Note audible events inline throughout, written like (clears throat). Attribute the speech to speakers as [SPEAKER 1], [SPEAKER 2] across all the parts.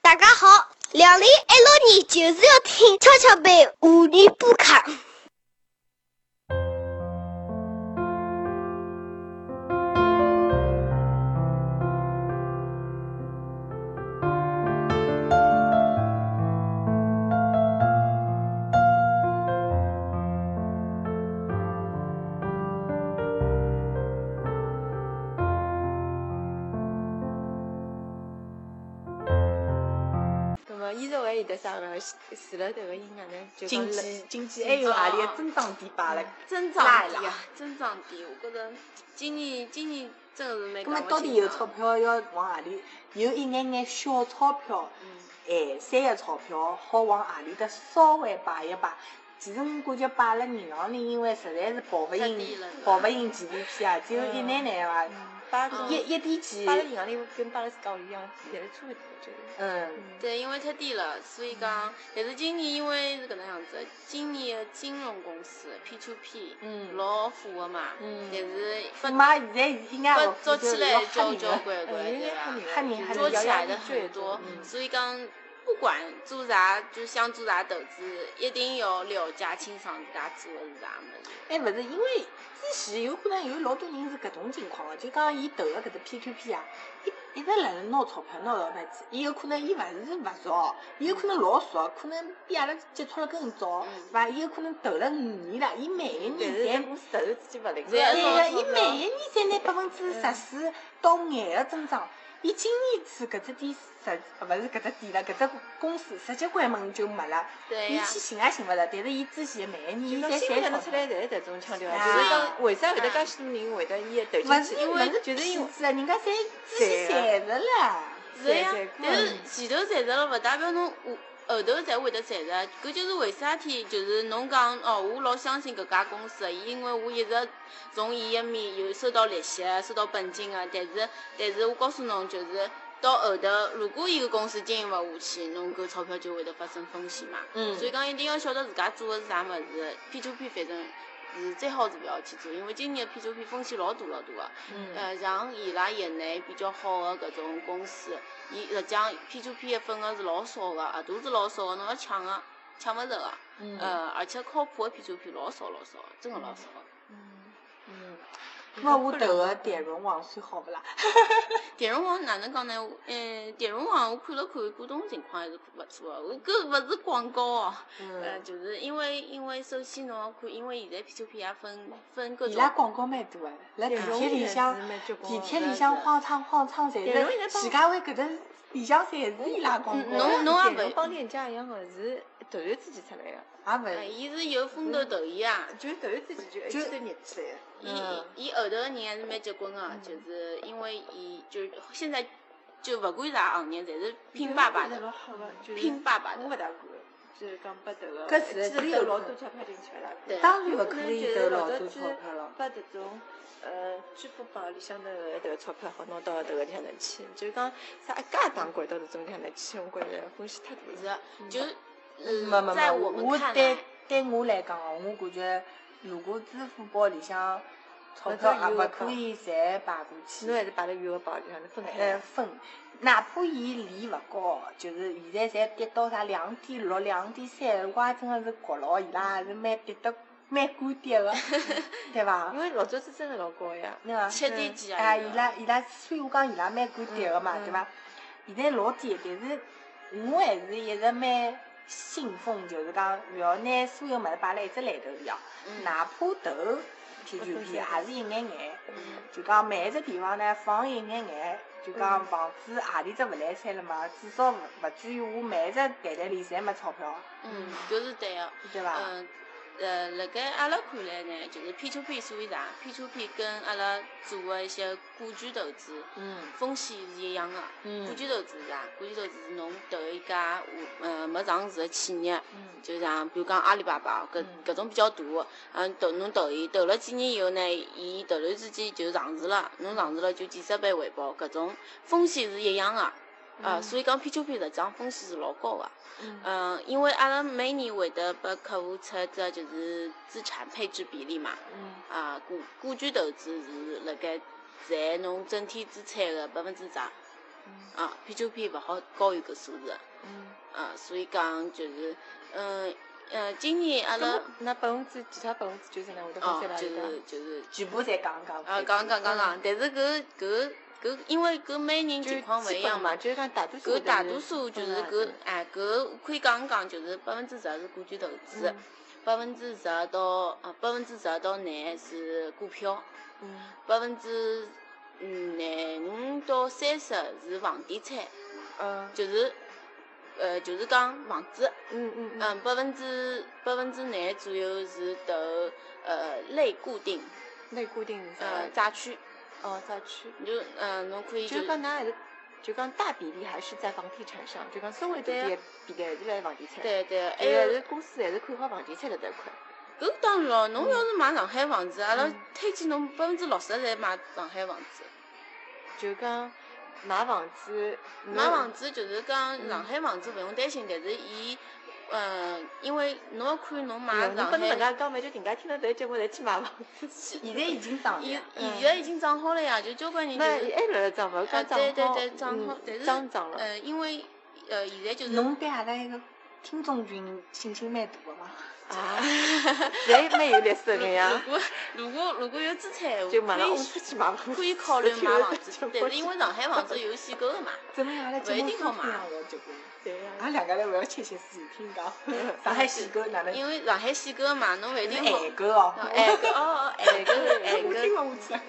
[SPEAKER 1] 大家好，两零一六年就是要听跷跷板妇女补课。
[SPEAKER 2] 咁么，伊作为有得啥个除了迭个音乐呢，就
[SPEAKER 3] 经
[SPEAKER 2] 讲
[SPEAKER 3] 济经济嗯
[SPEAKER 2] 经
[SPEAKER 3] 还有何
[SPEAKER 2] 济
[SPEAKER 3] 里
[SPEAKER 2] 啊
[SPEAKER 3] 个增长点摆了？
[SPEAKER 2] 增
[SPEAKER 3] 拉
[SPEAKER 2] 长
[SPEAKER 3] 一
[SPEAKER 2] 点
[SPEAKER 3] 拉
[SPEAKER 2] 啊，增长点，我觉着今年今年真个是
[SPEAKER 3] 葛
[SPEAKER 2] 蛮讲
[SPEAKER 3] 么
[SPEAKER 2] 勿
[SPEAKER 3] 到底
[SPEAKER 2] 清啊
[SPEAKER 3] 有
[SPEAKER 2] 爽
[SPEAKER 3] 钞票要往何里？有一眼眼小钞票，
[SPEAKER 2] 嗯
[SPEAKER 3] 闲散个钞票好往何里搭稍微摆一摆。其实我感觉摆辣银行里，因为实在是跑勿
[SPEAKER 2] 太低
[SPEAKER 3] 赢
[SPEAKER 2] 了是吧，
[SPEAKER 3] 跑勿赢 GDP 啊，只有一眼眼伐，
[SPEAKER 4] 嗯，摆了
[SPEAKER 3] 一一点几
[SPEAKER 4] 摆，了银行里跟摆了自家屋里向也是差勿多，我觉得。
[SPEAKER 3] 嗯，
[SPEAKER 2] 对，因为太低了，所以讲，但是今年因为是搿能样子，今年的金融公司 P to P
[SPEAKER 3] 嗯
[SPEAKER 2] 老火个嘛，
[SPEAKER 3] 嗯
[SPEAKER 2] 但是
[SPEAKER 3] 起
[SPEAKER 2] 发
[SPEAKER 3] 码现在应该
[SPEAKER 2] 发
[SPEAKER 3] 勿
[SPEAKER 2] 做起来交交
[SPEAKER 3] 关。
[SPEAKER 2] 关关，
[SPEAKER 4] 哎
[SPEAKER 2] 对
[SPEAKER 4] 吓
[SPEAKER 2] 伐？
[SPEAKER 3] 吓人
[SPEAKER 4] 人
[SPEAKER 3] 吓
[SPEAKER 2] 做
[SPEAKER 3] 人
[SPEAKER 2] 起来
[SPEAKER 4] 要
[SPEAKER 2] 的
[SPEAKER 4] 压力
[SPEAKER 2] 很多，
[SPEAKER 3] 嗯
[SPEAKER 2] 所以讲不管做啥，就想做啥投资，一定要了解清爽自家做的是啥物事。
[SPEAKER 3] 哎，勿是，因为之前有可能有老多人是搿种情况个，就讲伊投了搿只 P2P 啊，一一直辣辣拿钞票拿老板子，伊有可能伊勿是勿熟，伊有可能老熟，可能比阿拉接触了更早，
[SPEAKER 2] 嗯
[SPEAKER 3] 是伐？伊有可能投了五年了，伊每一
[SPEAKER 4] 但是搿
[SPEAKER 3] 年侪。
[SPEAKER 4] 公司突然之间勿灵
[SPEAKER 2] 对
[SPEAKER 4] 了，
[SPEAKER 3] 对个，
[SPEAKER 2] 老嗯
[SPEAKER 3] 伊
[SPEAKER 2] 钞
[SPEAKER 3] 每一年侪拿百分之十四到廿个增长，伊今年子搿只点实勿是搿只点了，搿只公司直接关门就没了，
[SPEAKER 2] 对
[SPEAKER 3] 伊
[SPEAKER 2] 呀、
[SPEAKER 3] 去寻也寻勿着，但是伊之前每一
[SPEAKER 4] 就
[SPEAKER 3] 年伊
[SPEAKER 4] 讲
[SPEAKER 3] 侪
[SPEAKER 4] 新闻
[SPEAKER 3] 赚
[SPEAKER 4] 讲
[SPEAKER 3] 钞
[SPEAKER 4] 得出。来，侪是迭种腔
[SPEAKER 3] 票
[SPEAKER 4] 调啊。
[SPEAKER 3] 啊
[SPEAKER 4] 就是讲为啥会得介许多人会得伊个投
[SPEAKER 3] 勿
[SPEAKER 4] 进
[SPEAKER 3] 是
[SPEAKER 4] 去？
[SPEAKER 3] (laughs) 因
[SPEAKER 4] 因
[SPEAKER 3] 为
[SPEAKER 4] 为
[SPEAKER 3] 就
[SPEAKER 4] 就是是因
[SPEAKER 3] 因
[SPEAKER 4] 为
[SPEAKER 3] 为咱人家侪自己赚着了，
[SPEAKER 2] 是呀
[SPEAKER 4] 赚赚，
[SPEAKER 2] 但是
[SPEAKER 4] 光
[SPEAKER 2] 前头赚着了，勿代表侬后后头才会得赚着。搿就是为啥体，就是侬讲哦，我老相信搿家公司的，因为我一直从伊埃面有收到利息的，收到本金个、但是，但是我告诉侬，就是到后头，如果一个公司经营勿下去，侬搿钞票就会得发生风险嘛。
[SPEAKER 3] 嗯
[SPEAKER 2] 所以讲，一定要晓得自家做的是啥物事。P to P 反正是最好是勿要去做，因为今年的 P to P 风险老大老大个。
[SPEAKER 3] 嗯，
[SPEAKER 2] 呃，像伊拉业内比较好的搿种公司，伊实际上 P to P 的份额是老少的，额度是老少的，侬要抢个抢勿着个。
[SPEAKER 3] 嗯
[SPEAKER 2] 呃，而且靠谱的 P to P 老少老少的，真个老少的。
[SPEAKER 3] 嗯，那我投个电容网算好勿啦？
[SPEAKER 2] 电融行哪能讲呢？嗯，电融行我看了看，股东情况还是勿错的。我搿勿是广告哦，呃，
[SPEAKER 3] 嗯，
[SPEAKER 2] 就是因为因为首先侬要看，因为现在 P to P 也分分各
[SPEAKER 3] 伊拉
[SPEAKER 2] 种。
[SPEAKER 3] 广告蛮多个，辣地铁里向，地铁里向
[SPEAKER 4] 花，
[SPEAKER 3] 晃苍晃苍侪
[SPEAKER 4] 电容现在
[SPEAKER 3] 是，
[SPEAKER 4] 帮
[SPEAKER 3] 徐家汇搿搭里向侪是伊拉广告
[SPEAKER 2] 嗯
[SPEAKER 3] 的，
[SPEAKER 2] 侬侬也
[SPEAKER 4] 电
[SPEAKER 2] 勿
[SPEAKER 4] 容帮链家一样个，是突然之间出来个，
[SPEAKER 3] 也勿
[SPEAKER 2] 呃，
[SPEAKER 3] 是，
[SPEAKER 2] 伊是有风投投伊啊，
[SPEAKER 4] 就是突然之间就一记头热起来个。
[SPEAKER 2] 伊
[SPEAKER 3] 嗯
[SPEAKER 2] 伊后头个人还是蛮结棍个，就是因为伊就是现在就勿管啥行业，侪是拼爸爸的，
[SPEAKER 4] 老好个，就是
[SPEAKER 2] 拼爸爸
[SPEAKER 4] 我勿
[SPEAKER 2] 的。
[SPEAKER 4] 大管，就是讲拨迭个，
[SPEAKER 3] 搿是
[SPEAKER 4] 其实有老多钞票进去了。
[SPEAKER 2] 对
[SPEAKER 3] 当然勿可以投老多钞票了。
[SPEAKER 4] 把迭种呃支付宝里向头个迭个钞票好拿到迭个里向头去，就是讲啥一家当拐到迭种里向头去，我觉着风险太大
[SPEAKER 2] 是
[SPEAKER 4] 了。
[SPEAKER 2] 的，就
[SPEAKER 3] 嗯没
[SPEAKER 2] 呃，
[SPEAKER 3] 没
[SPEAKER 2] 在
[SPEAKER 3] 没，
[SPEAKER 2] 我
[SPEAKER 3] 嗯我
[SPEAKER 2] 们看
[SPEAKER 3] 对
[SPEAKER 2] 来，
[SPEAKER 3] 对我来讲哦，我感觉如果支付宝里向钞
[SPEAKER 4] 勿
[SPEAKER 3] 票
[SPEAKER 4] 是
[SPEAKER 3] 也
[SPEAKER 4] 有
[SPEAKER 3] 勿
[SPEAKER 4] 的
[SPEAKER 3] 可
[SPEAKER 4] 吧
[SPEAKER 3] 以侪摆过
[SPEAKER 4] 侬还
[SPEAKER 3] 去，
[SPEAKER 4] 是摆辣余额宝里向头分
[SPEAKER 3] 呃
[SPEAKER 4] 开。
[SPEAKER 3] 分，哪怕伊利勿高，就是现在侪跌到啥两点六、两点三，我也真个是觉牢伊拉也是蛮跌得蛮敢跌
[SPEAKER 2] (laughs)
[SPEAKER 3] 个，对伐
[SPEAKER 4] 因？为老早子真的老高呀，
[SPEAKER 3] 对伐？
[SPEAKER 2] 七点几
[SPEAKER 3] 啊，
[SPEAKER 2] 啊，有
[SPEAKER 3] 伊
[SPEAKER 2] 的
[SPEAKER 3] 拉伊拉，虽然我讲伊拉蛮敢跌个嘛，
[SPEAKER 4] 嗯
[SPEAKER 3] 对伐？现在老跌，但是我还是一直蛮信奉，就是讲勿要拿所有物事摆辣一只篮头里哦，
[SPEAKER 2] 嗯
[SPEAKER 3] 哪怕头 P
[SPEAKER 4] 不
[SPEAKER 3] to
[SPEAKER 4] 分
[SPEAKER 3] P
[SPEAKER 4] 散
[SPEAKER 3] 也是一眼眼，
[SPEAKER 2] 嗯
[SPEAKER 3] 就讲每一只地方呢放一眼眼，就讲
[SPEAKER 4] 嗯
[SPEAKER 3] 防止何里只勿来三了嘛，至少勿勿至于我每一只袋袋里侪没钞票，
[SPEAKER 2] 嗯，就是对个。
[SPEAKER 3] 对伐？
[SPEAKER 2] 嗯，呃，辣盖阿拉看来呢，就是 P to P 属于啥？P 啊 to P 跟阿拉做个一些股权投资，
[SPEAKER 3] 嗯
[SPEAKER 2] 风险是一样个。股
[SPEAKER 3] 嗯
[SPEAKER 2] 权投资是啥？股权投资是侬投一家呃没上市个企业。
[SPEAKER 3] 嗯
[SPEAKER 2] 就像比如讲阿里巴巴搿
[SPEAKER 3] 嗯
[SPEAKER 2] 搿种比较大个，嗯，投侬投伊，投了几年以后呢，伊突然之间就上市了，侬上市了就几十倍回报，搿种风险是一样个、啊。所以讲 P to P 实际上风险是老高个、
[SPEAKER 3] 嗯
[SPEAKER 2] 嗯、因为阿拉每年会得拨客户出一只就是资产配置比例嘛，
[SPEAKER 3] 嗯
[SPEAKER 2] 啊，股股权投资是辣盖占侬整体资产个百分之十，啊，P2P 勿好高于搿数字，
[SPEAKER 4] 嗯，
[SPEAKER 2] 啊，所以讲就是，嗯呃，今年阿拉
[SPEAKER 4] 那那百分之其他百分之九十呢，会得
[SPEAKER 2] 哦
[SPEAKER 4] 放在哪，
[SPEAKER 2] 就
[SPEAKER 4] 里
[SPEAKER 2] 是
[SPEAKER 4] 的？
[SPEAKER 2] 就是
[SPEAKER 3] 全部侪讲讲。
[SPEAKER 2] 啊，讲讲讲讲，但是搿搿搿，因为搿每人情况勿
[SPEAKER 4] 基本
[SPEAKER 2] 一样
[SPEAKER 4] 嘛，
[SPEAKER 2] 嘛，
[SPEAKER 4] 就是讲大多数会
[SPEAKER 2] 搿
[SPEAKER 4] 得
[SPEAKER 2] 大多数就
[SPEAKER 4] 放
[SPEAKER 2] 是
[SPEAKER 4] 在
[SPEAKER 2] 搿
[SPEAKER 4] 哪里
[SPEAKER 2] 哎搿可以讲讲，就是百分之十是股权投资
[SPEAKER 4] 嗯，
[SPEAKER 2] 百分之十到啊百分之十到廿是股票，
[SPEAKER 4] 嗯
[SPEAKER 2] 百分之嗯廿五到三十是房地产，
[SPEAKER 4] 呃
[SPEAKER 2] 就是呃就是讲房子。
[SPEAKER 4] 嗯嗯嗯
[SPEAKER 2] 嗯，百分之百分之廿左右是投呃类固定
[SPEAKER 4] 类固定是啥？
[SPEAKER 2] 呃债券，
[SPEAKER 4] 哦，再去。
[SPEAKER 2] 你就嗯侬可以
[SPEAKER 4] 嗯就是
[SPEAKER 2] 就
[SPEAKER 4] 讲，㑚还是就讲大比例还是在房地产上，就讲稍微大
[SPEAKER 2] 对啊
[SPEAKER 4] 点比例还是在房地产。，
[SPEAKER 2] 对哎对，还
[SPEAKER 4] 还有还
[SPEAKER 2] 有
[SPEAKER 4] 是公司还是看好房地产搿搭一块。
[SPEAKER 2] 搿当然咯，侬要是买上海房子，阿拉
[SPEAKER 4] 嗯
[SPEAKER 2] 推荐侬百分之六十侪买上海房子。
[SPEAKER 4] 就讲买房子，
[SPEAKER 2] 买
[SPEAKER 4] 侬
[SPEAKER 2] 房子就是讲上
[SPEAKER 4] 嗯
[SPEAKER 2] 海房子勿用担心，但是伊嗯，因为侬要看侬
[SPEAKER 4] 哎呀
[SPEAKER 2] 买
[SPEAKER 4] 侬
[SPEAKER 2] 上
[SPEAKER 4] 拨侬搿能
[SPEAKER 2] 海。
[SPEAKER 4] 介讲嘛，就人家听了迭节目侪去买房子去。
[SPEAKER 3] 现在已经涨了
[SPEAKER 2] 现
[SPEAKER 3] 呀，
[SPEAKER 4] 嗯
[SPEAKER 2] 现在已经涨好了呀，就交关人就
[SPEAKER 4] 那
[SPEAKER 2] 是
[SPEAKER 4] 还辣辣涨勿？
[SPEAKER 2] 呃
[SPEAKER 4] 刚涨
[SPEAKER 2] 对对
[SPEAKER 4] 好
[SPEAKER 2] 对涨好
[SPEAKER 4] 嗯，
[SPEAKER 2] 但是
[SPEAKER 4] 涨涨了。
[SPEAKER 2] 呃，因为呃现在就是 (laughs)
[SPEAKER 3] 侬对阿拉一个听众群信心蛮大的嘛。
[SPEAKER 4] 啊，侪蛮有历史
[SPEAKER 2] 如
[SPEAKER 4] 个呀，
[SPEAKER 2] 如果如果如果有资产的话，
[SPEAKER 4] 就马上
[SPEAKER 2] 可以
[SPEAKER 4] 轰出去买房子。，
[SPEAKER 2] 可以考虑买房子但是因为上海房子有限购的嘛，
[SPEAKER 3] 证明阿拉节
[SPEAKER 2] 不一
[SPEAKER 3] 目
[SPEAKER 2] 定好买
[SPEAKER 3] 收听量结棍。
[SPEAKER 4] 对
[SPEAKER 3] 俺
[SPEAKER 4] 呀，
[SPEAKER 3] 啊两个人勿要窃窃私语，听 (laughs) 讲上海选购哪能
[SPEAKER 2] 因为上海限购的嘛，侬勿一
[SPEAKER 3] 是
[SPEAKER 2] 定好。
[SPEAKER 3] 限购哦？哎
[SPEAKER 2] 哦限购哦，哦限购限
[SPEAKER 3] 我听
[SPEAKER 2] 购
[SPEAKER 3] 勿下去了。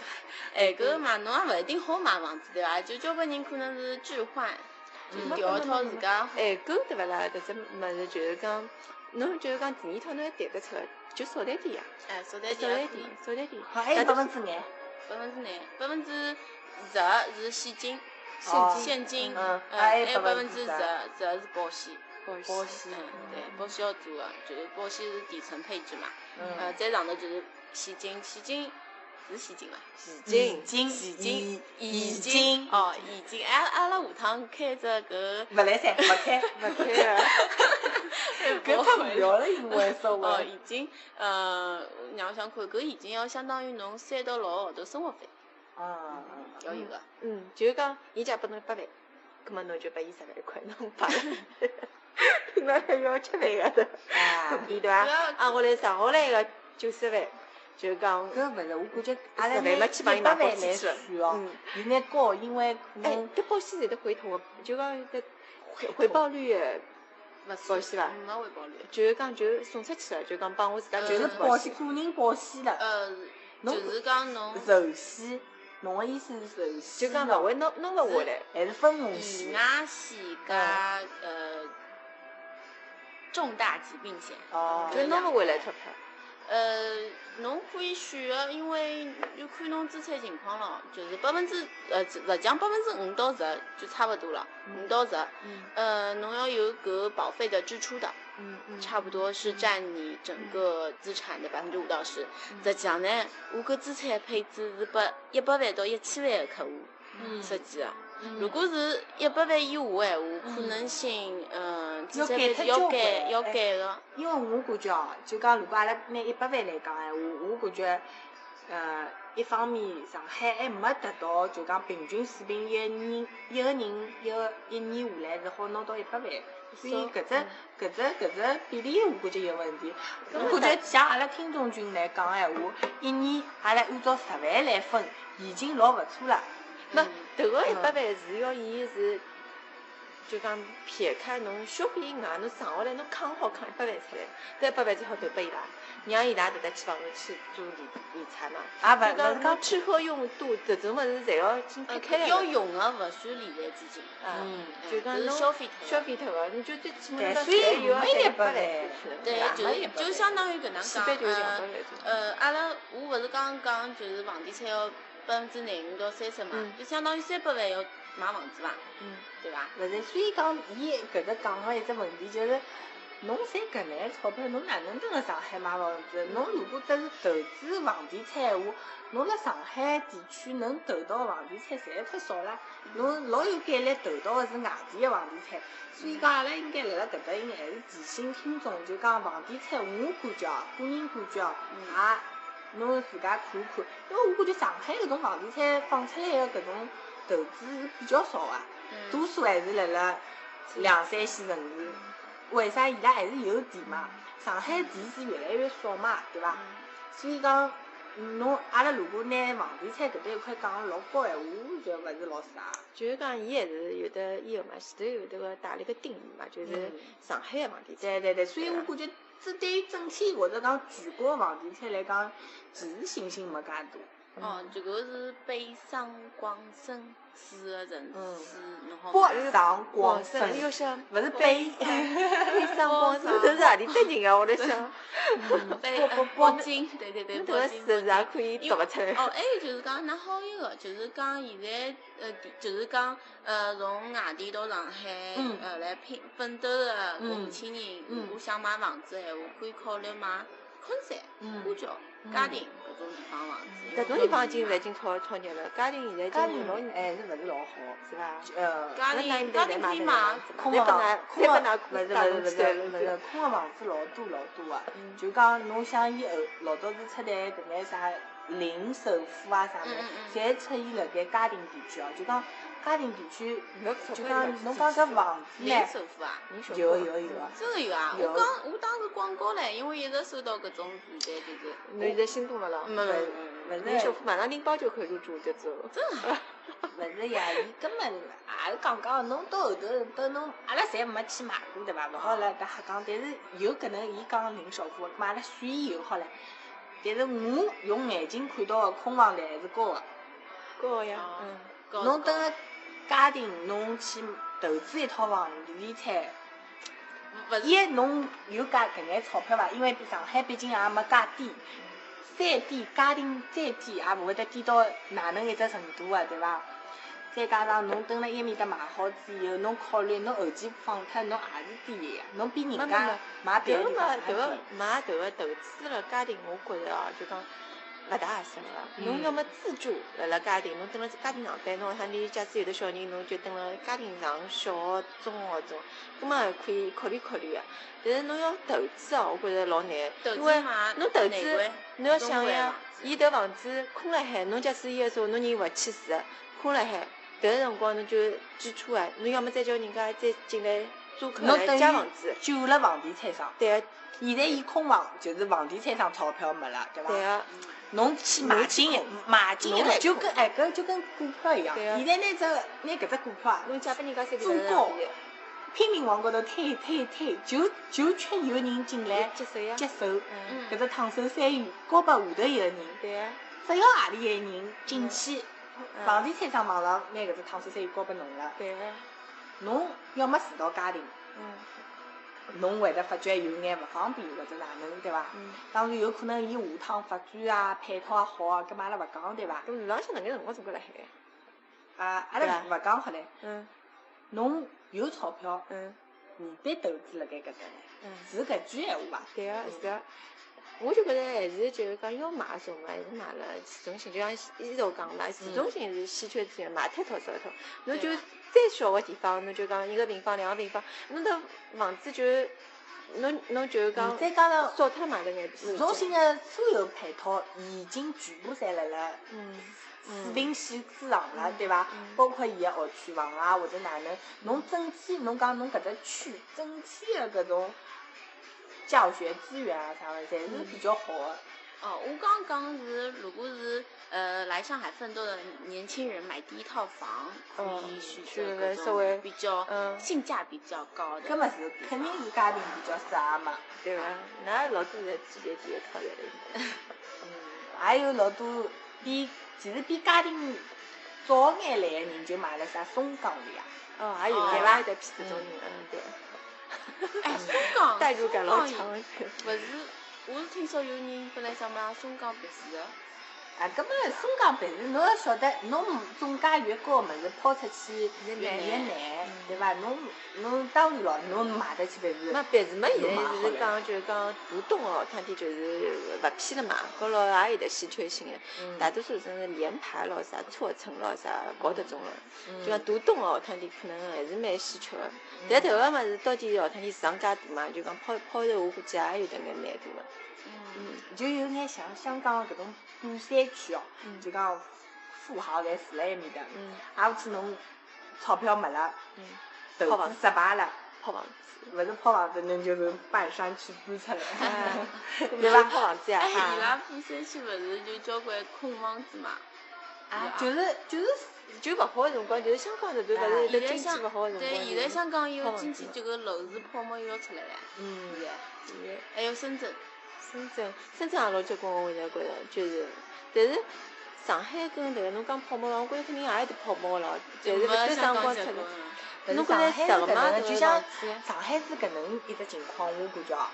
[SPEAKER 2] 限购的嘛，侬也勿一定好买房子对伐？就交关人可能是置换，就是
[SPEAKER 4] 嗯
[SPEAKER 2] 调一套自家。
[SPEAKER 4] 哎，购对勿啦？搿只物事就是讲，侬就是讲第二套侬还谈得出来，就少谈点呀，
[SPEAKER 2] 哎，
[SPEAKER 4] 少
[SPEAKER 2] 少谈
[SPEAKER 4] 谈
[SPEAKER 2] 点，
[SPEAKER 4] 点，少谈点。
[SPEAKER 3] (laughs) 好，还有百分之廿，
[SPEAKER 2] 百分之廿，百分之十是现金，
[SPEAKER 3] 哦
[SPEAKER 2] 现金，
[SPEAKER 4] 嗯
[SPEAKER 2] 呃，还
[SPEAKER 3] 还有
[SPEAKER 2] 有百
[SPEAKER 3] 哎百
[SPEAKER 2] 分
[SPEAKER 3] 分
[SPEAKER 2] 之
[SPEAKER 3] 之
[SPEAKER 2] 十
[SPEAKER 3] 十，
[SPEAKER 2] 十是保险。
[SPEAKER 4] 保
[SPEAKER 3] 保
[SPEAKER 4] 险。
[SPEAKER 3] 险
[SPEAKER 2] 嗯，对，保险要做的，就是保险是底层配置嘛。呃，
[SPEAKER 3] 嗯，
[SPEAKER 2] 再上头就是现金，现金是现金伐？
[SPEAKER 3] 已经
[SPEAKER 2] 现金，
[SPEAKER 3] 已
[SPEAKER 2] 现
[SPEAKER 3] 经
[SPEAKER 2] 金，哦，现金。哎，阿拉下趟开只 (laughs) 搿
[SPEAKER 3] 勿来三，勿开，
[SPEAKER 4] 勿开呀，
[SPEAKER 3] 搿太无聊了，因为稍
[SPEAKER 2] (laughs) 哦，
[SPEAKER 3] (laughs) 微。
[SPEAKER 2] 现金，呃，让我想看，搿现金要相当于侬三到六个号头生活费
[SPEAKER 3] 嗯，
[SPEAKER 2] 要有个。
[SPEAKER 4] 嗯，就是讲，伊借拨侬一百万，葛末侬就拨伊十万块，侬摆了，侬还要吃饭个， (laughs)
[SPEAKER 3] 啊
[SPEAKER 4] 对伐
[SPEAKER 2] 主要？
[SPEAKER 4] 啊，我来剩下来个九十万，就是讲，
[SPEAKER 3] 搿勿是，我感觉阿拉
[SPEAKER 4] 十万嘛，去帮伊买
[SPEAKER 3] 百
[SPEAKER 4] 保
[SPEAKER 3] 万来
[SPEAKER 4] 险去了。
[SPEAKER 3] 选哦，
[SPEAKER 4] 嗯，
[SPEAKER 3] 有眼高，因为可
[SPEAKER 4] 哎
[SPEAKER 3] 能，
[SPEAKER 4] 搿保险侪得回头个，就讲搿回回报率个，
[SPEAKER 2] 勿
[SPEAKER 4] 保险伐
[SPEAKER 2] 嗯没回报率。
[SPEAKER 4] 就是讲就送出去了，就讲帮我自家
[SPEAKER 2] 呃
[SPEAKER 4] 就
[SPEAKER 3] 就是是
[SPEAKER 4] 保
[SPEAKER 3] 保
[SPEAKER 4] 险
[SPEAKER 3] 险，。个人保险了，
[SPEAKER 2] 呃，
[SPEAKER 3] 侬
[SPEAKER 2] 就是讲侬
[SPEAKER 3] 寿险，侬个意思是寿
[SPEAKER 4] 就
[SPEAKER 3] 险咯，
[SPEAKER 4] 讲勿会弄弄勿下来。
[SPEAKER 3] 还是分红啊
[SPEAKER 2] 意
[SPEAKER 3] 险？
[SPEAKER 2] 外险加呃重大疾病险。
[SPEAKER 3] 哦
[SPEAKER 4] 就弄勿回来钞票。
[SPEAKER 2] 呃，侬可以选个，因为就看侬资产情况咯，就是百分之呃，勿讲百分之五到十就差不多了，五到十，
[SPEAKER 4] 嗯
[SPEAKER 2] 呃，侬要有搿保费的支出的，
[SPEAKER 4] 嗯嗯嗯
[SPEAKER 2] 差不多是占你整个资产的百分之五到十。实际上呢，我搿资产配置是拨一百万到一千万的客户
[SPEAKER 4] 嗯
[SPEAKER 2] 设计的。如果是一百万以下的闲话，可能性嗯，资
[SPEAKER 3] 要
[SPEAKER 2] 产
[SPEAKER 3] 改
[SPEAKER 2] 配
[SPEAKER 3] 脱
[SPEAKER 2] 置要
[SPEAKER 3] 交
[SPEAKER 2] 改
[SPEAKER 3] 关
[SPEAKER 2] 要
[SPEAKER 3] 哎
[SPEAKER 2] 改个。
[SPEAKER 3] 因为我感觉哦，就讲如果阿拉拿一百万来讲闲话，我感觉，呃，一方面上海还没达到就讲平均水平，一个人一个人一个一年下来是好拿到一百万，所以搿只搿只搿只比例我感觉有问题。我感觉像阿拉听众群来讲闲话，一年阿拉按照十万来分，已经老勿错了。
[SPEAKER 4] 哎那
[SPEAKER 2] 嗯
[SPEAKER 4] 迭个一百万是要伊是，就讲撇开侬消费以外，侬剩啊下来侬扛好扛一百万出来，搿一百万最好投拨伊拉，让伊拉迭搭去帮侬去做理理财嘛。
[SPEAKER 3] 也勿
[SPEAKER 4] 就讲
[SPEAKER 3] 勿是
[SPEAKER 4] 侬
[SPEAKER 3] 讲
[SPEAKER 4] 吃喝用度迭种物事侪要先撇
[SPEAKER 2] 呃
[SPEAKER 4] 开来，
[SPEAKER 2] 要用个勿算理财基金，
[SPEAKER 4] 啊，
[SPEAKER 3] 嗯，
[SPEAKER 4] 就
[SPEAKER 2] 搿
[SPEAKER 4] 讲
[SPEAKER 2] 是
[SPEAKER 4] 侬
[SPEAKER 2] 消费脱
[SPEAKER 4] 消
[SPEAKER 2] 的。
[SPEAKER 4] 费脱个，啊侬就最起码
[SPEAKER 3] 对
[SPEAKER 4] 侬
[SPEAKER 3] 所以
[SPEAKER 4] 才有
[SPEAKER 3] 没一
[SPEAKER 4] 一
[SPEAKER 3] 百
[SPEAKER 4] 百
[SPEAKER 3] 万
[SPEAKER 2] 对
[SPEAKER 3] 啊，
[SPEAKER 2] 就
[SPEAKER 3] 没一
[SPEAKER 2] 是
[SPEAKER 3] 百
[SPEAKER 2] 就
[SPEAKER 3] 万
[SPEAKER 2] 相当于搿能
[SPEAKER 4] 起
[SPEAKER 2] 讲，
[SPEAKER 4] 码就是两百万
[SPEAKER 2] 呃
[SPEAKER 4] 左右。
[SPEAKER 2] 呃，阿拉我勿是刚刚讲就是房地产要百分之廿五到三十嘛
[SPEAKER 4] 嗯，
[SPEAKER 2] 就相当于三百万要买房子伐，
[SPEAKER 4] 嗯，
[SPEAKER 2] 对伐？
[SPEAKER 3] 勿是，所以讲，伊搿搭讲个一只问题就是，侬赚搿眼钞票，侬哪能登辣上海买房子？侬如果只是投资房地产闲话，侬辣上海地区能投到房地产实在太少了，侬老有概率投到个是外地个房地产。所以讲，阿拉应该辣辣搿搭应该还是提醒听众，就讲房地产，我感觉哦，个人感觉哦，也侬自家看一看，因为我感觉上海搿种房地产放出来个搿种投资是比较少个、多数还是辣辣两三线城市。为啥伊拉还是有店嘛？上海店是越来越少嘛，对
[SPEAKER 2] 嗯
[SPEAKER 3] 伐？所以讲，侬阿拉如果拿房地产搿搭一块讲得老高闲话，我觉着勿是老啥。
[SPEAKER 4] 就是讲，伊还是有的，伊有嘛，前头有迭个打了一个定义嘛，就是
[SPEAKER 3] 嗯
[SPEAKER 4] 上海的房地产。
[SPEAKER 3] 对对对，所以我感觉，这对于整体或者讲全国的房地产来讲，其实信心没介大。
[SPEAKER 2] 哦，这个是北上广深四个城
[SPEAKER 3] 嗯
[SPEAKER 2] 市，然后
[SPEAKER 3] 北上广
[SPEAKER 4] 广
[SPEAKER 3] 深，
[SPEAKER 4] 深又像
[SPEAKER 3] 勿是北，
[SPEAKER 4] 北上广深，这是何里搭人啊？
[SPEAKER 2] 广
[SPEAKER 4] 我在想，嗯
[SPEAKER 2] 北
[SPEAKER 3] 北
[SPEAKER 2] 北京，对对 (laughs) 对，
[SPEAKER 4] 侬迭
[SPEAKER 2] 北
[SPEAKER 4] 个
[SPEAKER 2] 京。
[SPEAKER 4] 字也可以读勿出来。
[SPEAKER 2] 哦，还有就是讲，㑚好一个，就是讲现在呃，就是讲呃，从外地到上海
[SPEAKER 3] 嗯
[SPEAKER 2] 呃来拼奋斗的
[SPEAKER 3] 嗯
[SPEAKER 2] 年轻人，
[SPEAKER 3] 嗯
[SPEAKER 2] 如果想买房子的闲话，可以考虑买昆山、呼
[SPEAKER 3] 嗯，
[SPEAKER 2] 叫、
[SPEAKER 3] 嗯
[SPEAKER 2] 嘉定搿种地方房子。因为
[SPEAKER 4] 搿种地方今在已经炒炒热了，嘉定现在已
[SPEAKER 3] 家
[SPEAKER 4] 经
[SPEAKER 3] 庭
[SPEAKER 4] 热闹热
[SPEAKER 3] 还哎是勿是老好，
[SPEAKER 4] 是伐？
[SPEAKER 3] 呃。
[SPEAKER 2] 嘉
[SPEAKER 4] 那
[SPEAKER 2] 定
[SPEAKER 4] 应
[SPEAKER 2] 嘉
[SPEAKER 4] 该来
[SPEAKER 2] 定
[SPEAKER 4] 买
[SPEAKER 2] 可以
[SPEAKER 4] 点房。子吧再
[SPEAKER 3] 空
[SPEAKER 2] 买
[SPEAKER 3] 的
[SPEAKER 4] 把
[SPEAKER 3] 房，
[SPEAKER 4] 㑚
[SPEAKER 3] 空
[SPEAKER 4] 再把
[SPEAKER 3] 的
[SPEAKER 4] 㑚
[SPEAKER 3] 勿是
[SPEAKER 4] 打
[SPEAKER 3] 勿是
[SPEAKER 4] 动
[SPEAKER 3] 勿
[SPEAKER 4] 起来了
[SPEAKER 3] 是勿是，空的房子老多老多个、
[SPEAKER 2] 嗯
[SPEAKER 3] 就讲侬想伊后老早子出台搿眼啥零首付啊啥物
[SPEAKER 2] 嗯嗯
[SPEAKER 3] 事，侪出现辣盖嘉定地区哦。就讲嘉定地区，
[SPEAKER 4] 没钞
[SPEAKER 3] 就
[SPEAKER 4] 票也
[SPEAKER 3] 讲
[SPEAKER 4] 是
[SPEAKER 3] 侬
[SPEAKER 4] 自
[SPEAKER 3] 讲
[SPEAKER 4] 己
[SPEAKER 3] 搿
[SPEAKER 4] 做
[SPEAKER 3] 房子呢
[SPEAKER 2] 零，首付啊，
[SPEAKER 4] 你晓得
[SPEAKER 3] 有
[SPEAKER 4] 伐
[SPEAKER 3] 有有啊。
[SPEAKER 2] 真的有啊！
[SPEAKER 3] 有
[SPEAKER 2] 我刚我当时广告嘞，因为一直收到搿种传单，就是
[SPEAKER 4] 侬现在心动了啦？
[SPEAKER 2] 没没没没，
[SPEAKER 3] 勿
[SPEAKER 4] 你
[SPEAKER 3] 是
[SPEAKER 4] 小马上拎包就可以入住这走。
[SPEAKER 3] 勿是呀，伊根本啊也是讲讲，侬到后头等侬阿拉侪没去买过对伐？勿好辣搿瞎讲，但是有可能伊讲零首付，买了选以后好唻。但是我用眼睛看到个空房率还是高个。
[SPEAKER 4] 高呀，
[SPEAKER 2] 哦
[SPEAKER 4] 嗯，
[SPEAKER 2] 搞
[SPEAKER 3] 侬
[SPEAKER 2] 搞
[SPEAKER 3] 等个家庭，侬去投资一套房理财，
[SPEAKER 2] 勿是
[SPEAKER 3] 一侬有介搿眼钞票伐？因为上海毕竟也没介低，再低家庭再低也勿会得低到哪能一只程度个、对伐？再加上侬蹲辣埃面搭买好之后，侬考虑侬后期放脱，侬也是低个呀，侬比人
[SPEAKER 4] 没没
[SPEAKER 3] 家
[SPEAKER 4] 没
[SPEAKER 3] 买别
[SPEAKER 4] 迭
[SPEAKER 3] 的
[SPEAKER 4] 个
[SPEAKER 3] 地
[SPEAKER 4] 嘛
[SPEAKER 3] 方，
[SPEAKER 4] 迭
[SPEAKER 3] 还
[SPEAKER 4] 个
[SPEAKER 3] 低。
[SPEAKER 4] 买迭个投资了家庭，我觉着哦，就讲勿大合适个。侬
[SPEAKER 3] 嗯
[SPEAKER 4] 要么自助辣辣家庭，侬蹲辣家庭上班，侬像你假使有的小人，侬就蹲辣家庭上小学、中学中，葛末也可以考虑考虑个。但是侬要投资哦，我觉着老难，
[SPEAKER 2] 投
[SPEAKER 4] 因
[SPEAKER 2] 资
[SPEAKER 4] 为
[SPEAKER 2] 嘛，
[SPEAKER 4] 侬投
[SPEAKER 2] 内
[SPEAKER 4] 资
[SPEAKER 2] 环
[SPEAKER 4] 侬要
[SPEAKER 2] 中
[SPEAKER 4] 想
[SPEAKER 2] 环
[SPEAKER 3] 啊
[SPEAKER 4] 呀
[SPEAKER 2] 嘛，
[SPEAKER 4] 伊迭房子空了海，侬假使伊个时候侬人勿去住，空了海，迭个辰光侬就支出啊，侬要么再叫人家再进来租客
[SPEAKER 3] 侬
[SPEAKER 4] 来
[SPEAKER 3] 等
[SPEAKER 4] 加
[SPEAKER 3] 于
[SPEAKER 4] 房子，
[SPEAKER 3] 救了房地产商，
[SPEAKER 4] 对啊个
[SPEAKER 3] 现在伊空房就是房地产商钞票没了，对伐？
[SPEAKER 4] 对啊个。
[SPEAKER 3] 侬去买进一买进一
[SPEAKER 4] 侬来
[SPEAKER 3] 就
[SPEAKER 4] 看
[SPEAKER 3] 跟哎搿就跟股票一样，
[SPEAKER 4] 对啊
[SPEAKER 3] 现在拿只拿搿只股票啊，
[SPEAKER 4] 侬借拨人家三
[SPEAKER 3] 做
[SPEAKER 4] 百
[SPEAKER 3] 高
[SPEAKER 4] 多人
[SPEAKER 3] 拼命往高头推推推，就就缺有人进
[SPEAKER 4] 来
[SPEAKER 3] 来
[SPEAKER 4] 接手呀。
[SPEAKER 3] 接手，
[SPEAKER 4] 嗯，
[SPEAKER 2] 嗯
[SPEAKER 3] 搿只烫手山芋交拨下头一个人，
[SPEAKER 4] 对啊呀。
[SPEAKER 3] 只要何里一个人进去，
[SPEAKER 4] 嗯
[SPEAKER 3] 房地产商马上拿搿只烫手山芋交拨侬了，
[SPEAKER 4] 对呀。
[SPEAKER 3] 侬要么住到家庭，
[SPEAKER 4] 嗯
[SPEAKER 3] 侬会得发觉有眼勿方便或者哪能，对伐？
[SPEAKER 4] 嗯。
[SPEAKER 3] 当然有可能伊下趟发展啊、配套啊好啊，搿嘛阿拉勿讲对伐？
[SPEAKER 4] 咁路浪向哪能辰光总归辣海呀？
[SPEAKER 3] 啊，阿拉
[SPEAKER 4] 对
[SPEAKER 3] 勿讲好唻，
[SPEAKER 4] 嗯
[SPEAKER 3] 侬有钞票。
[SPEAKER 4] 嗯
[SPEAKER 3] 何必投资辣盖搿搭呢？
[SPEAKER 4] 嗯。
[SPEAKER 3] 是搿句闲话伐？啊
[SPEAKER 4] 对个、是个、我就觉得还是就是讲要买什么还是买了市中心，就像伊头讲嘛，市中心是稀缺资源，买太套少套。侬就
[SPEAKER 2] 对啊
[SPEAKER 4] 再小个地方，侬就讲一个平方、两个平方，侬的房子就是侬侬就是讲
[SPEAKER 3] 嗯再加上
[SPEAKER 4] 少脱买了眼。
[SPEAKER 3] 市中心，的所有配套已经全部侪辣辣
[SPEAKER 4] 嗯
[SPEAKER 3] 市
[SPEAKER 4] 嗯，
[SPEAKER 3] 定线之上了，对伐？
[SPEAKER 4] 嗯
[SPEAKER 3] 包括伊个学区房啊，或者哪能，侬整体侬讲侬搿只区整体的搿种教学资源啊啥物事，侪是比较好的。
[SPEAKER 2] 哦，我刚刚是，如果是呃来上海奋斗的年轻人买第一套房，可以
[SPEAKER 4] 嗯
[SPEAKER 2] 选
[SPEAKER 4] 去
[SPEAKER 2] 择
[SPEAKER 4] 个
[SPEAKER 2] 各
[SPEAKER 4] 稍微
[SPEAKER 2] 种比较
[SPEAKER 4] 嗯
[SPEAKER 2] 性价比较高的。
[SPEAKER 3] 搿么是肯定是家庭比较适合嘛。
[SPEAKER 4] 对伐？㑚老多在几点几套来了？
[SPEAKER 3] 嗯，也有老多比其实比家庭早眼来个人就买了啥松江里啊。
[SPEAKER 4] 哦，还有
[SPEAKER 2] 哦
[SPEAKER 4] 对伐？在批这种人
[SPEAKER 3] 嗯，
[SPEAKER 4] 嗯对，
[SPEAKER 2] 哎，松江，
[SPEAKER 4] 嗯代入感
[SPEAKER 2] 松
[SPEAKER 4] 老
[SPEAKER 2] 江
[SPEAKER 4] 强。
[SPEAKER 2] 不是，我是听说有人本来想买松江别墅的，
[SPEAKER 3] 啊，搿么松江办事，侬要晓得，侬总价越高个物事抛出去越
[SPEAKER 2] 难
[SPEAKER 3] 越难，
[SPEAKER 4] 嗯
[SPEAKER 3] 对伐？侬侬当然咯，侬买得起办事，
[SPEAKER 4] 那别是嘛，现
[SPEAKER 3] 有
[SPEAKER 4] 在
[SPEAKER 3] 嘛
[SPEAKER 4] 就是讲，就是讲股东哦，他的就是勿批了嘛，高佬也有得稀缺性的，
[SPEAKER 3] 嗯
[SPEAKER 4] 大多数是联排咯啥、错层咯啥，搞迭种了。
[SPEAKER 3] 嗯
[SPEAKER 4] 就讲股东哦，他的可能还是蛮稀缺的。但迭个物事到底哦，他的市场介大嘛，就讲抛抛头，我估计也有得眼难度的。
[SPEAKER 2] 嗯，
[SPEAKER 4] 嗯
[SPEAKER 3] 就有眼像香港搿种半山区哦，
[SPEAKER 4] 嗯
[SPEAKER 3] 就讲富豪侪住辣埃面搭，啊
[SPEAKER 4] 嗯
[SPEAKER 3] 挨下去侬钞票没了，
[SPEAKER 4] 嗯，
[SPEAKER 3] 投
[SPEAKER 4] 泡房
[SPEAKER 3] 资失败了，
[SPEAKER 4] 泡房子，
[SPEAKER 3] 勿是抛房子，那就是半山去搬出来
[SPEAKER 4] 哎，
[SPEAKER 3] (laughs) 对
[SPEAKER 4] 吧？
[SPEAKER 3] 伐？
[SPEAKER 4] 泡房子呀，
[SPEAKER 2] 哎，
[SPEAKER 4] 啊
[SPEAKER 2] 伊拉富山区勿是就交关空房子嘛？
[SPEAKER 3] 啊， (laughs) 就是就是
[SPEAKER 4] 就勿好的辰光，就是香港这
[SPEAKER 3] 啊
[SPEAKER 4] 段勿是得
[SPEAKER 2] 现在
[SPEAKER 4] 经济
[SPEAKER 2] 香
[SPEAKER 4] 勿好的辰光，
[SPEAKER 2] 对，现在香港又
[SPEAKER 4] 泡房
[SPEAKER 2] 经济
[SPEAKER 4] 子
[SPEAKER 2] 这个楼市泡沫又要出来了，
[SPEAKER 3] 嗯
[SPEAKER 2] 现，在
[SPEAKER 4] 现在
[SPEAKER 2] 还有深圳，
[SPEAKER 4] 深圳，深圳也老结棍，我现在觉着就是，但是上海跟迭个侬讲泡沫我觉着肯定也有点泡沫了，但是勿
[SPEAKER 2] 没
[SPEAKER 4] 得啥辰光出
[SPEAKER 2] 香港结棍
[SPEAKER 4] 来。
[SPEAKER 2] 了。
[SPEAKER 3] 但
[SPEAKER 4] 侬
[SPEAKER 3] 是
[SPEAKER 4] 觉
[SPEAKER 3] 上
[SPEAKER 4] 着
[SPEAKER 3] 海
[SPEAKER 4] 值
[SPEAKER 3] 是
[SPEAKER 4] 了吗
[SPEAKER 3] 搿能？个，
[SPEAKER 4] 迭个房子
[SPEAKER 3] 就像上海是搿能一只情况，我感觉哦，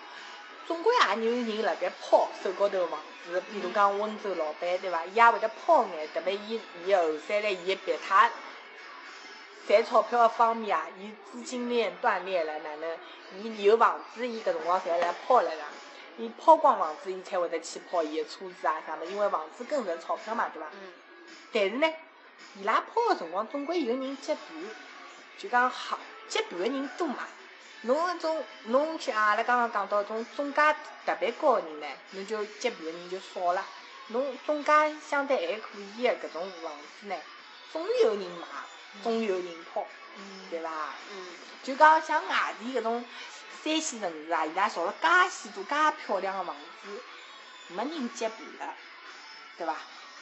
[SPEAKER 3] 总归啊也有人辣盖抛手高头房子，比如讲温州老板对伐？伊也会得抛眼，特别伊伊后三代伊别他赚钞票的方面啊，伊资金链断裂了，哪能？伊有房子，伊搿辰光侪来抛了啦。伊抛光房子，伊才会得去抛伊的车子啊啥么，因为房子更值钞票嘛，对伐？
[SPEAKER 2] 嗯，
[SPEAKER 3] 但是呢，伊拉抛个辰光，总归有人接盘，就讲好接盘个人多嘛。侬搿种侬像阿拉刚刚讲到种中介特别高个人呢，侬就接盘个人就少了。侬中介相对还可以个搿种房子呢，总有人买，总有人抛，对伐？
[SPEAKER 2] 嗯，
[SPEAKER 3] 就讲像外地搿种三线城市啊，伊拉造了介许多介漂亮个房子，没人接盘了，对伐？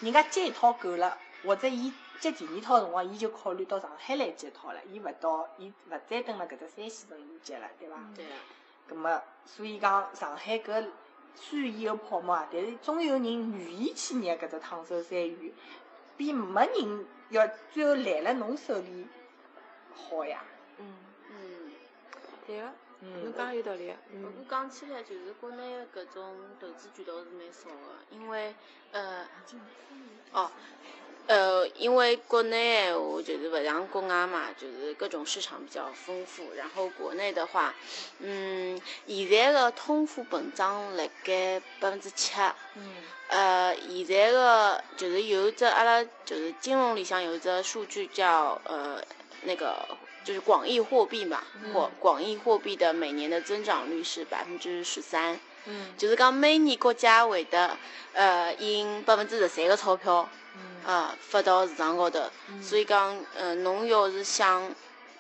[SPEAKER 3] 人家接一套够了，或者伊接第二套个辰光，伊就考虑到上海来接套了，伊勿到，伊勿再蹲辣搿只三线城市接了，对伐？
[SPEAKER 4] 嗯
[SPEAKER 2] 对啊，
[SPEAKER 3] 葛末，所以讲上海搿虽然有泡沫啊，但是总有人愿意去捏搿只烫手山芋，比没人要最后来了侬手里好呀。
[SPEAKER 4] 嗯，
[SPEAKER 2] 嗯。
[SPEAKER 4] 对个，
[SPEAKER 3] 嗯
[SPEAKER 4] 侬讲有道理个，
[SPEAKER 2] 不过
[SPEAKER 4] 嗯，
[SPEAKER 2] 讲起来，就是国内的搿种投资渠道是蛮少的，因为呃，哦，呃，因为国内闲话就是勿像国外嘛，就是各种市场比较丰富。然后国内的话，嗯，现在的通货膨胀辣盖百分之七。
[SPEAKER 3] 嗯
[SPEAKER 2] 呃，现在个就是有一只阿拉就是金融里向有一只数据叫呃那个就是广义货币嘛，广广义货币的每年的增长率是百分之十三，
[SPEAKER 3] 嗯
[SPEAKER 2] 就是讲每年国家会得呃印百分之十三个钞票
[SPEAKER 3] 嗯
[SPEAKER 2] 啊、发到市场高头，所以讲呃侬要是想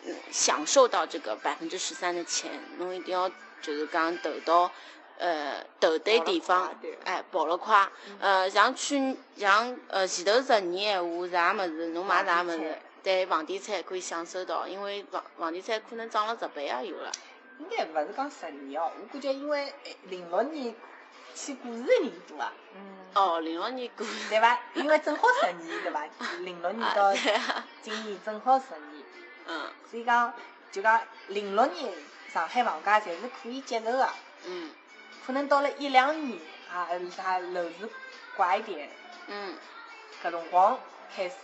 [SPEAKER 2] 嗯享受到这个百分之十三的钱，侬一定要就是讲投到呃投对
[SPEAKER 3] 保了
[SPEAKER 2] 地
[SPEAKER 3] 快
[SPEAKER 2] 方
[SPEAKER 3] 对，
[SPEAKER 2] 哎跑了快。呃，像去像呃前头十年闲话，啥物事侬买
[SPEAKER 3] 房
[SPEAKER 2] 啥物
[SPEAKER 3] 地
[SPEAKER 2] 事
[SPEAKER 3] 产，
[SPEAKER 2] 对房地产可以享受到，因为房房地产可能涨了十倍也有了。
[SPEAKER 3] 应该勿是讲十年哦，我感觉因为零六年去股市的人多啊，
[SPEAKER 4] 嗯，
[SPEAKER 2] 哦，零六年股
[SPEAKER 3] 对伐？因为正好十年对伐？零六年到
[SPEAKER 2] 啊，对啊，
[SPEAKER 3] 今年正好十年，
[SPEAKER 2] 嗯
[SPEAKER 3] 所以讲就讲零六年上海房价侪是可以接受个，
[SPEAKER 2] 嗯
[SPEAKER 3] 可能到了一两年啊，呃啥楼市怪一点，
[SPEAKER 2] 嗯
[SPEAKER 3] 搿辰光开始。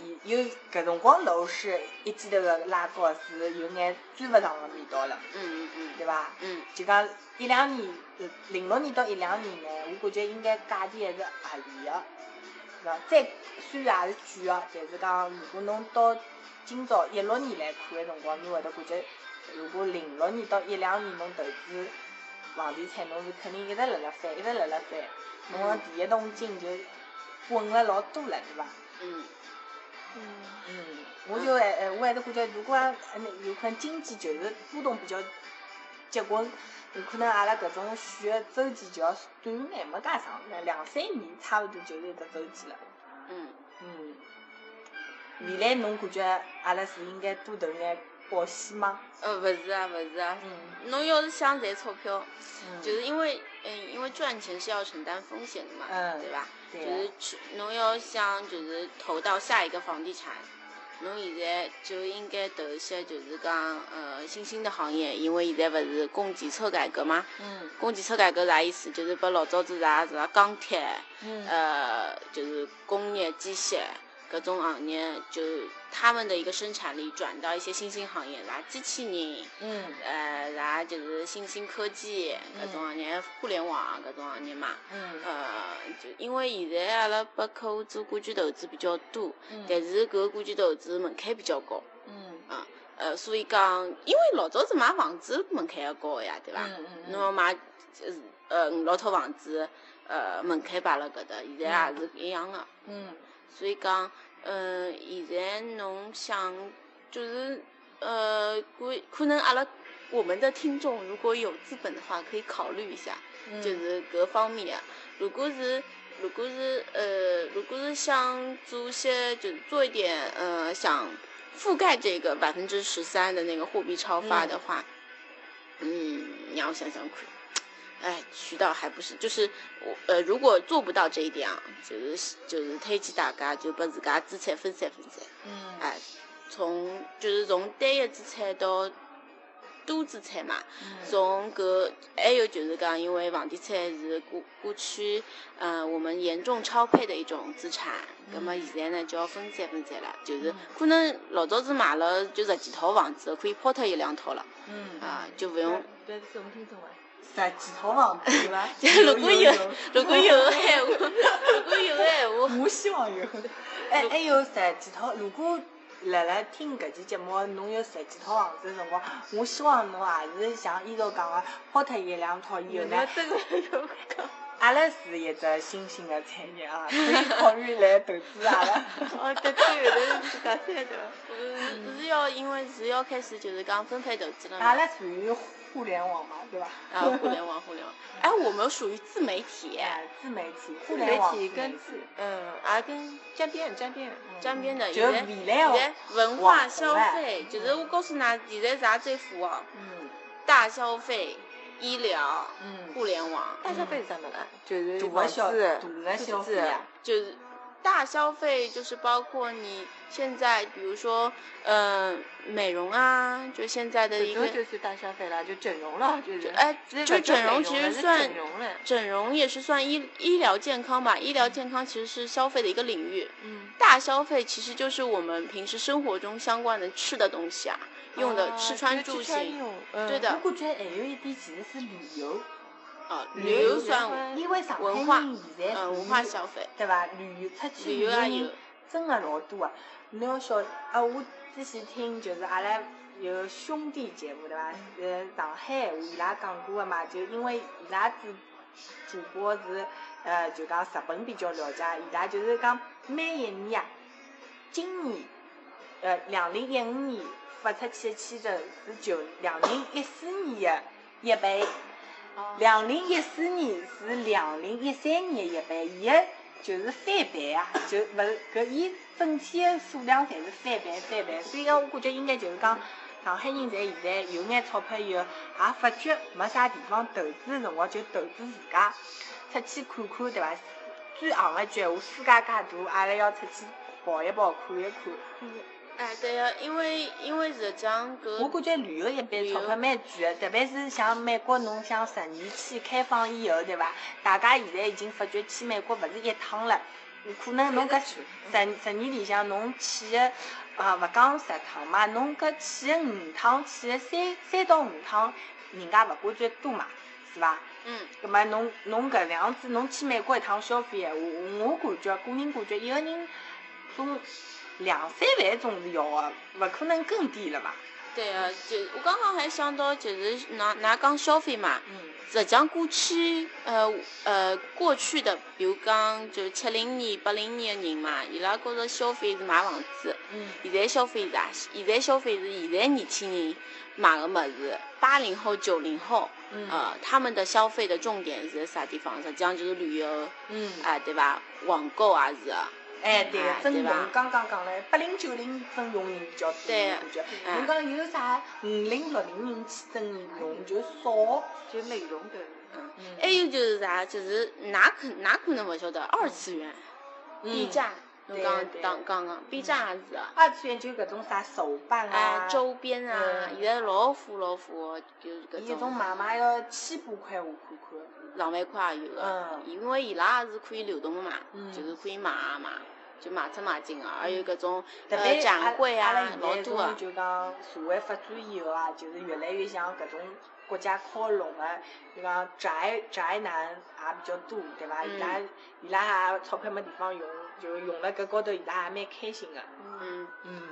[SPEAKER 3] 伊有搿辰光楼市一记头个拉高是有眼追勿上个味道了，
[SPEAKER 2] 嗯嗯
[SPEAKER 3] 对伐？
[SPEAKER 2] 嗯
[SPEAKER 3] 就讲一两年，呃零六年到一两年呢，我感觉应该价钿还是合理的，是吧？再虽然也是贵的，但是讲如果侬到今朝一六年来看的辰光，你会得感觉，如果零六年到一两年侬投资房地产，侬是肯定一直辣辣翻，一直辣辣翻，侬的第一桶金就滚了老多了，对伐？
[SPEAKER 2] 嗯
[SPEAKER 4] 嗯，
[SPEAKER 3] 嗯，我就还还我还是感觉，如果啊，呃那有可能经济就是波动比较结棍，有可能阿拉搿种选的周期就要短眼，没介长，那两三年差不多就是一只周期了。
[SPEAKER 2] 嗯
[SPEAKER 3] 嗯，未来侬感觉阿拉是应该多投眼保险吗？
[SPEAKER 2] 呃，勿是啊，勿是啊，
[SPEAKER 3] 嗯，
[SPEAKER 2] 侬要是想赚钞票，
[SPEAKER 3] 嗯
[SPEAKER 2] 就是因为嗯，因为赚钱是要承担风险的嘛，
[SPEAKER 3] 嗯
[SPEAKER 2] 对吧？
[SPEAKER 3] 对
[SPEAKER 2] 就是去，侬要想就是投到下一个房地产，侬现在就应该投一些就是讲呃新兴的行业，因为现在勿是供给侧改革嘛。
[SPEAKER 3] 嗯
[SPEAKER 2] 供给侧改革啥意思？就是拨老早子啥啥钢铁，
[SPEAKER 3] 嗯
[SPEAKER 2] 呃，就是工业机械各种行业，就是他们的一个生产力转到一些新兴行业，啥机器人，
[SPEAKER 3] 嗯
[SPEAKER 2] 呃，啥就是新兴科技搿种行业，互联网搿种行业嘛。
[SPEAKER 3] 嗯
[SPEAKER 2] 呃，就因为现在阿拉拨客户做股权投资比较多，但
[SPEAKER 3] 嗯
[SPEAKER 2] 是搿股权投资门槛比较高，
[SPEAKER 3] 嗯
[SPEAKER 2] 呃，所以讲，因为老早子买房子门槛要高呀，对伐？
[SPEAKER 3] 嗯嗯
[SPEAKER 2] 侬要买呃呃五六套房子，呃门槛摆辣搿搭，现在也是一样的。
[SPEAKER 3] 嗯
[SPEAKER 2] 所以讲，呃，现在侬想就是呃，可可能阿拉我们的听众如果有资本的话，可以考虑一下，就
[SPEAKER 4] 嗯，
[SPEAKER 2] 是各方面啊。如果是如果是呃，如果是想做些就是做一点呃，想覆盖这个百分之十三的那个货币超发的话，嗯，让我想想看。哎，渠道还不是，就是我呃，如果做不到这一点啊，就是就是推荐大家就把自家资产分散分散，
[SPEAKER 4] 嗯，
[SPEAKER 2] 哎，从就是从单一资产到多资产嘛，
[SPEAKER 3] 嗯
[SPEAKER 2] 从哎搿还有就是讲，因为房地产是过过去，呃，我们严重超配的一种资产，葛么现在呢就要分散分散了，就是
[SPEAKER 4] 嗯
[SPEAKER 2] 可能老早子买了就十几套房子，可以抛掉一两套了，
[SPEAKER 4] 嗯，
[SPEAKER 2] 啊，就不用。？
[SPEAKER 4] 对，是我们听众啊。
[SPEAKER 3] 十几套房子对伐
[SPEAKER 2] (laughs) 如果有
[SPEAKER 3] 有有，
[SPEAKER 2] 如果有的闲话，如果有的哎闲话，
[SPEAKER 3] 我希望有。哎，还有十几套，如果辣辣听搿期节目，侬有十几套房子的辰光，我希望侬也是像伊头讲个，抛脱一两套以后
[SPEAKER 4] 没有
[SPEAKER 3] 呢，
[SPEAKER 4] 这个有讲？
[SPEAKER 3] 阿拉是一只新兴的产业啊，可 (laughs) 以考虑来投资阿
[SPEAKER 2] (laughs)
[SPEAKER 3] 拉。
[SPEAKER 4] 哦，对对，有的是打算的。
[SPEAKER 2] 呃是要因为是要开始就是讲分配投资了嘛
[SPEAKER 3] 阿，拉属于互联网嘛，对伐？
[SPEAKER 2] 啊，互联网，互联网，哎，我们属于自媒体，
[SPEAKER 3] 哎，自媒体，互
[SPEAKER 4] 自
[SPEAKER 3] 联
[SPEAKER 4] 媒
[SPEAKER 3] 网
[SPEAKER 4] 体
[SPEAKER 3] 自
[SPEAKER 4] 跟
[SPEAKER 3] 媒体
[SPEAKER 4] 自嗯，啊跟沾边沾边，嗯
[SPEAKER 2] 沾边的，
[SPEAKER 3] 就
[SPEAKER 2] 现
[SPEAKER 3] 是
[SPEAKER 2] 在
[SPEAKER 3] 未来
[SPEAKER 2] 现
[SPEAKER 3] 哦
[SPEAKER 2] 在文化消费，就是我告诉㑚，现在啥最火哦？
[SPEAKER 3] 嗯
[SPEAKER 2] 大消费、医疗、
[SPEAKER 3] 嗯，
[SPEAKER 2] 互联网，
[SPEAKER 4] 大消费是啥么啦？就是
[SPEAKER 3] 大
[SPEAKER 4] 房
[SPEAKER 3] 的消
[SPEAKER 4] 子
[SPEAKER 3] 大的
[SPEAKER 4] 车
[SPEAKER 3] 消费
[SPEAKER 4] 子
[SPEAKER 3] 啊，
[SPEAKER 2] 就是大消费，就是包括你现在，比如说，呃，美容啊，就现在的一
[SPEAKER 4] 这
[SPEAKER 2] 个
[SPEAKER 4] 个就算大消费了，就整容了，就是。
[SPEAKER 2] 哎
[SPEAKER 4] 直接
[SPEAKER 2] 就
[SPEAKER 4] 不叫
[SPEAKER 2] 整容其
[SPEAKER 4] 了
[SPEAKER 2] 实
[SPEAKER 4] 是
[SPEAKER 2] 算
[SPEAKER 4] 整容了。
[SPEAKER 2] 整容，也是算医医疗健康吧。医疗健康其实是消费的一个领域。
[SPEAKER 4] 嗯，
[SPEAKER 2] 大消费其实就是我们平时生活中相关的吃的东西啊，用的、
[SPEAKER 4] 啊
[SPEAKER 2] 吃
[SPEAKER 4] 就
[SPEAKER 2] 穿
[SPEAKER 4] 是
[SPEAKER 2] 住
[SPEAKER 4] 吃穿
[SPEAKER 2] 行
[SPEAKER 4] 用嗯
[SPEAKER 2] 对的
[SPEAKER 3] 我感觉还有一点 E 其实是旅游，
[SPEAKER 2] 啊，
[SPEAKER 3] 旅
[SPEAKER 2] 旅游
[SPEAKER 3] 游
[SPEAKER 2] 算
[SPEAKER 3] 因为上海
[SPEAKER 2] 文化
[SPEAKER 3] 人现在
[SPEAKER 2] 呃文化消费，
[SPEAKER 3] 对伐？旅游出去
[SPEAKER 2] 旅
[SPEAKER 3] 旅游
[SPEAKER 2] 游啊也有
[SPEAKER 3] 人真个老多啊！侬要晓啊，我之前听就是阿拉有兄弟节目对伐？呃，上海闲话伊拉讲过个嘛，就因为伊拉主主播是呃，就讲日本比较了解，伊拉就是讲每一年啊，今年呃两零一五年发出去个签证是九两零一四年个一倍。两零一四年是两零一三年一版，伊个就是翻版啊，就勿是搿伊整体个数量侪是翻版翻版，所以讲我感觉应该就是讲上海人侪现在有眼钞票以后，也发觉没啥地方投资个辰光就投资自家，出去看看对伐？最行个一句闲话，世界介大，阿拉要出去跑一跑，看一看。
[SPEAKER 2] 哎，对呀、因为因为实际上搿
[SPEAKER 3] 我感觉旅游一般钞票蛮贵的，特别是像美国，侬像十年期开放以后，对伐？大家现在已经发觉去美国勿是一趟了，可能侬搿十十年里向侬去个，啊，勿讲十趟嘛，侬搿去个五趟，去个三三到五趟，人家勿感觉多嘛，是伐？
[SPEAKER 2] 嗯，
[SPEAKER 3] 葛末侬侬搿能样子，侬去美国一趟消费闲话，我感觉个人感觉一个人总两三万总是要个，啊勿可能更低了吧？
[SPEAKER 2] 对啊，就我刚刚还想到，就是拿拿讲消费嘛，
[SPEAKER 3] 嗯。
[SPEAKER 2] 实际上过去呃呃过去的，比如讲就是七零年、八零年的人嘛，伊拉觉着消费是买房子，
[SPEAKER 3] 嗯
[SPEAKER 2] 现在消费是啊，现在消费是现在年轻人买个么子，八零后、九零后，
[SPEAKER 3] 嗯
[SPEAKER 2] 呃，他们的消费的重点是啥地方？实际上就是旅游啊、
[SPEAKER 3] 嗯，
[SPEAKER 2] 对吧？网购啊是啊。
[SPEAKER 3] 哎，对个
[SPEAKER 2] 哎，
[SPEAKER 3] 真
[SPEAKER 2] 对
[SPEAKER 3] 侬
[SPEAKER 2] 吧
[SPEAKER 3] 刚刚讲了，八零九零真用人比较多，
[SPEAKER 2] 对
[SPEAKER 3] 我感觉。
[SPEAKER 2] 哎
[SPEAKER 3] 侬讲有啥五零六零人去真用就少，
[SPEAKER 4] 就美容的。
[SPEAKER 3] 嗯
[SPEAKER 2] 还
[SPEAKER 3] 哎
[SPEAKER 2] 有就是啥，就是哪可哪可能勿晓得二次元、B
[SPEAKER 3] 嗯
[SPEAKER 2] 站，侬
[SPEAKER 3] 对
[SPEAKER 2] 刚
[SPEAKER 3] 对
[SPEAKER 2] 刚刚刚 B 站也是啊，
[SPEAKER 3] 二次元就搿种啥手办
[SPEAKER 2] 哎
[SPEAKER 3] 啊，
[SPEAKER 2] 周边啊，
[SPEAKER 3] 嗯
[SPEAKER 2] 现在老火老火，就是
[SPEAKER 3] 伊
[SPEAKER 2] 搿
[SPEAKER 3] 种
[SPEAKER 2] 种
[SPEAKER 3] 买卖要千把块下看看。
[SPEAKER 2] 两万块也有个
[SPEAKER 3] 嗯，
[SPEAKER 2] 因为伊拉也是可以流动的嘛，
[SPEAKER 3] 嗯
[SPEAKER 2] 就是可以买啊买，就买出买进啊，还有搿种
[SPEAKER 3] 特
[SPEAKER 2] 呃
[SPEAKER 3] 别哎阿
[SPEAKER 2] 展会
[SPEAKER 3] 阿拉
[SPEAKER 2] 啊
[SPEAKER 3] 现，
[SPEAKER 2] 老
[SPEAKER 3] 在
[SPEAKER 2] 多啊
[SPEAKER 3] 种，就讲社会发展以后啊，就是越来越向搿种国家靠拢个，就讲宅宅男也比较多，对伐？伊拉
[SPEAKER 2] 嗯
[SPEAKER 3] 伊拉也钞票没地方用，就用辣搿高头，伊拉也蛮开心个。
[SPEAKER 2] 嗯，
[SPEAKER 3] 嗯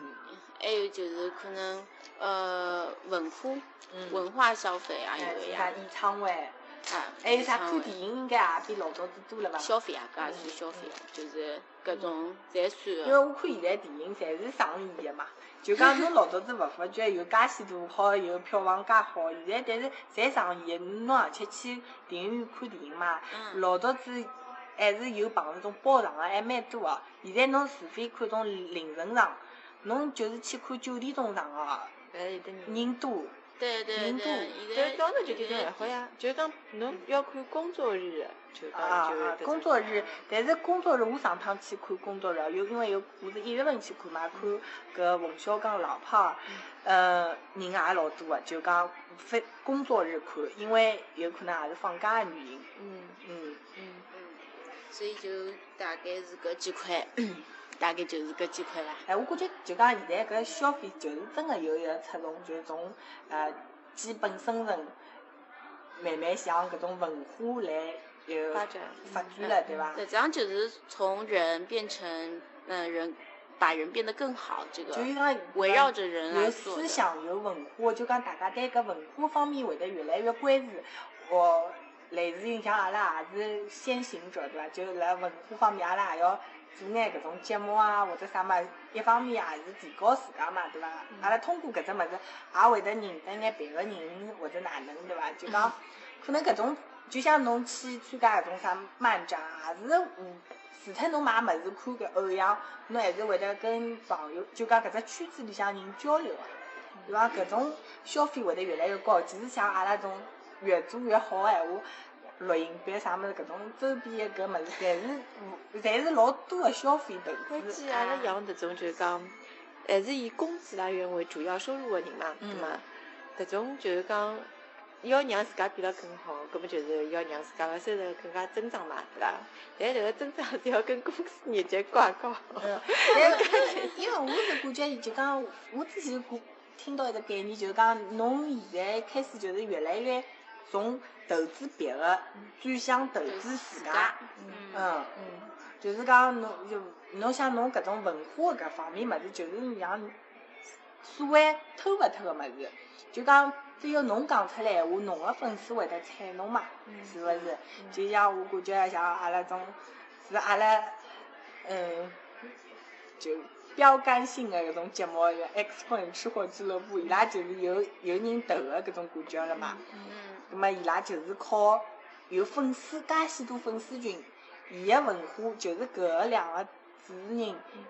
[SPEAKER 2] 还有就是可能呃文化
[SPEAKER 3] 嗯，
[SPEAKER 2] 文化消费啊啊
[SPEAKER 3] 哎
[SPEAKER 2] 有
[SPEAKER 3] 去
[SPEAKER 2] 呀
[SPEAKER 3] 啥，演唱会，
[SPEAKER 2] 啊，
[SPEAKER 3] 哎还有啥
[SPEAKER 2] 唱
[SPEAKER 3] 看
[SPEAKER 2] 会
[SPEAKER 3] 电影应该也比老早子多了吧？
[SPEAKER 2] 消费啊，搿也算消费啊，就是搿种
[SPEAKER 3] 嗯
[SPEAKER 2] 侪
[SPEAKER 3] 因为
[SPEAKER 2] 算。
[SPEAKER 3] 我看现在电影侪是上映的嘛，就讲侬老早子勿发觉有介许多好，有票房介好，现在但是侪上映的，侬而且去电影院看电影嘛，
[SPEAKER 2] 嗯，
[SPEAKER 3] 老早子还是有碰那种包场的，还蛮多的。现在侬除非看种凌晨场，侬就是去看九点钟场的，
[SPEAKER 4] 哎，有的人。
[SPEAKER 3] 人多。
[SPEAKER 2] 对对
[SPEAKER 3] 人多
[SPEAKER 2] 对，
[SPEAKER 4] 但是
[SPEAKER 2] 嗯现在
[SPEAKER 4] 早上就点钟还好呀，就是讲侬要看工作日，就讲就有
[SPEAKER 3] 啊
[SPEAKER 4] 得，
[SPEAKER 3] 工
[SPEAKER 4] 种嗯
[SPEAKER 3] 作日，但是工作日我上趟去看工作日，有因为有我是一月份去看嘛，
[SPEAKER 4] 嗯
[SPEAKER 3] 看搿冯小刚老炮儿，呃，人也老多个，就讲非工作日看，因为有可能也是放假的原因。
[SPEAKER 4] 嗯
[SPEAKER 3] 嗯，
[SPEAKER 4] 嗯，
[SPEAKER 2] 嗯，所以就大概是搿几块， (clears throat) 大概就是搿几块啦。
[SPEAKER 3] 哎，我感觉就讲现在搿消费就是真的有一个侧重，就是从呃基本生存，慢慢向搿种文化来有
[SPEAKER 4] 发展嗯
[SPEAKER 3] 发展了，对伐？
[SPEAKER 2] 对，这样就是从人变成，嗯、人把人变得更好，这
[SPEAKER 3] 就是
[SPEAKER 2] 个
[SPEAKER 3] 讲
[SPEAKER 2] 围绕着人来
[SPEAKER 3] 呃有
[SPEAKER 2] 做
[SPEAKER 3] 思
[SPEAKER 2] 的。
[SPEAKER 3] 想有文化，就讲大家对搿文化方面会得越来越关注。哦，类似于像阿拉也是先行者对伐？就辣文化方面，阿拉也要做眼搿种节目啊，或者啥物事，一方面也是提高自家嘛，对伐？阿
[SPEAKER 2] 嗯
[SPEAKER 3] 拉通过搿只物事，也会得认得眼别个人或者哪能对伐？就讲可能搿种，就像侬去参加搿种啥漫展，也是嗯。除脱侬买物事看搿偶像，侬还是会得跟朋友，就讲搿只圈子里向人交流啊。对伐？搿种消费会得越来越高。其实像阿拉种越做越好个闲话，录音笔啥物事搿种周边的搿物事，侪是嗯侪是老多个消费投
[SPEAKER 4] 关
[SPEAKER 3] 资。
[SPEAKER 4] 键阿拉
[SPEAKER 2] 啊
[SPEAKER 4] 养迭种就是讲，还是呃以工资来源为主要收入的人嘛，对
[SPEAKER 3] 嗯
[SPEAKER 4] 嘛？迭种就是讲，要让自家变得更好，搿么就是要让自家个收入更加增长嘛，对伐？但是迭个增长是要跟公司业绩挂钩。
[SPEAKER 3] 嗯，但是因为我是感觉，就讲我之前过听到一个概念，就是讲侬现在开始就是越来越从投资别个转向投
[SPEAKER 2] 就是
[SPEAKER 3] 资自
[SPEAKER 2] 自
[SPEAKER 3] 家
[SPEAKER 2] 家。，嗯，
[SPEAKER 3] 嗯，就是讲侬就侬像侬搿种文化搿方面物事，就是让所谓偷勿偷个物事，就讲只有侬讲出来闲话，侬个粉丝会得睬侬嘛，是勿是？就像我感觉像阿拉种是阿拉嗯就。标杆性的搿种节目，有 X 粉吃货俱乐部，伊拉就是有有人投的搿种感觉了嘛。
[SPEAKER 2] 嗯，
[SPEAKER 3] 咁么伊拉就是靠有粉丝介许多粉丝群，伊个文化就是搿个两个主持人，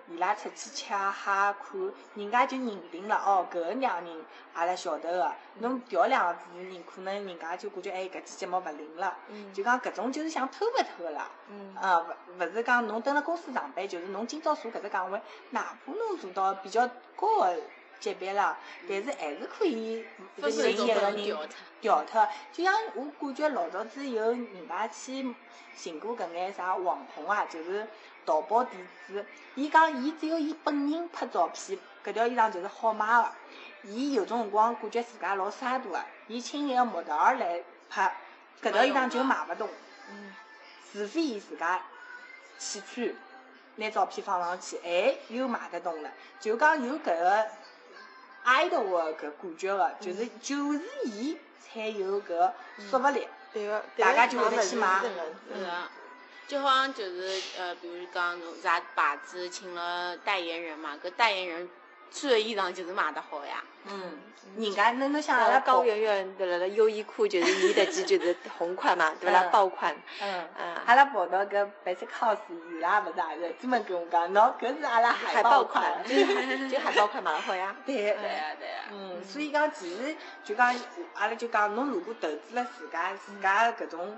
[SPEAKER 3] 伊拉出去吃啊喝啊看，人家就认定了哦，搿个两人阿拉晓得个，侬调两个主持人，可能人家就感觉哎搿期节目勿灵了，
[SPEAKER 4] 嗯
[SPEAKER 3] 就讲搿种就是想偷勿偷啦。
[SPEAKER 4] 嗯
[SPEAKER 3] 啊，勿勿是讲侬蹲辣公司上班，就是侬今朝做搿只岗位，哪怕侬做到比较高个级别了，但是还是可以
[SPEAKER 2] 分
[SPEAKER 3] 寻
[SPEAKER 2] 分
[SPEAKER 3] 一
[SPEAKER 2] 钟
[SPEAKER 3] 个
[SPEAKER 2] 都能
[SPEAKER 3] 人
[SPEAKER 2] 掉它。
[SPEAKER 3] 调脱。就像我感觉老早子有人家去寻过搿眼啥网红啊，就是淘宝店主，伊讲伊只有伊本人拍照片，搿条衣裳就是好卖个。伊有种辰光感觉自家老沙度个，伊请一个模特儿来拍，搿条衣裳就卖勿动。
[SPEAKER 4] 嗯
[SPEAKER 3] 除非伊自家去穿，拿照片放上去，哎，又买得动了。就讲有搿个 idol 的搿感觉个，就是就是伊才有搿说服力。
[SPEAKER 4] 对嗯个，
[SPEAKER 3] 大家就
[SPEAKER 4] 会
[SPEAKER 3] 会得去买
[SPEAKER 2] 是啊，就好像就是呃，比如讲侬啥牌子请了代言人嘛，搿代言人穿的衣裳就是卖得好呀。
[SPEAKER 3] 嗯，人家侬侬像
[SPEAKER 4] 阿
[SPEAKER 3] 阿
[SPEAKER 4] 拉
[SPEAKER 3] 拉
[SPEAKER 4] 高
[SPEAKER 3] 高，
[SPEAKER 4] 圆圆对辣辣优衣库就是伊迭季就是红款嘛，对伐啦？
[SPEAKER 3] 嗯
[SPEAKER 4] 爆款，
[SPEAKER 3] 嗯，
[SPEAKER 4] 啊，
[SPEAKER 3] 阿拉跑到搿 Basic House，伊拉勿是也是专门跟我讲，喏，搿是阿拉
[SPEAKER 4] 海报
[SPEAKER 3] 报
[SPEAKER 4] 款， (laughs) 就海报款买了好呀。
[SPEAKER 3] (laughs) 对
[SPEAKER 2] 对呀、对呀、
[SPEAKER 3] 嗯，所以讲，其实就讲，阿拉就讲，侬如果投资了自家自家搿种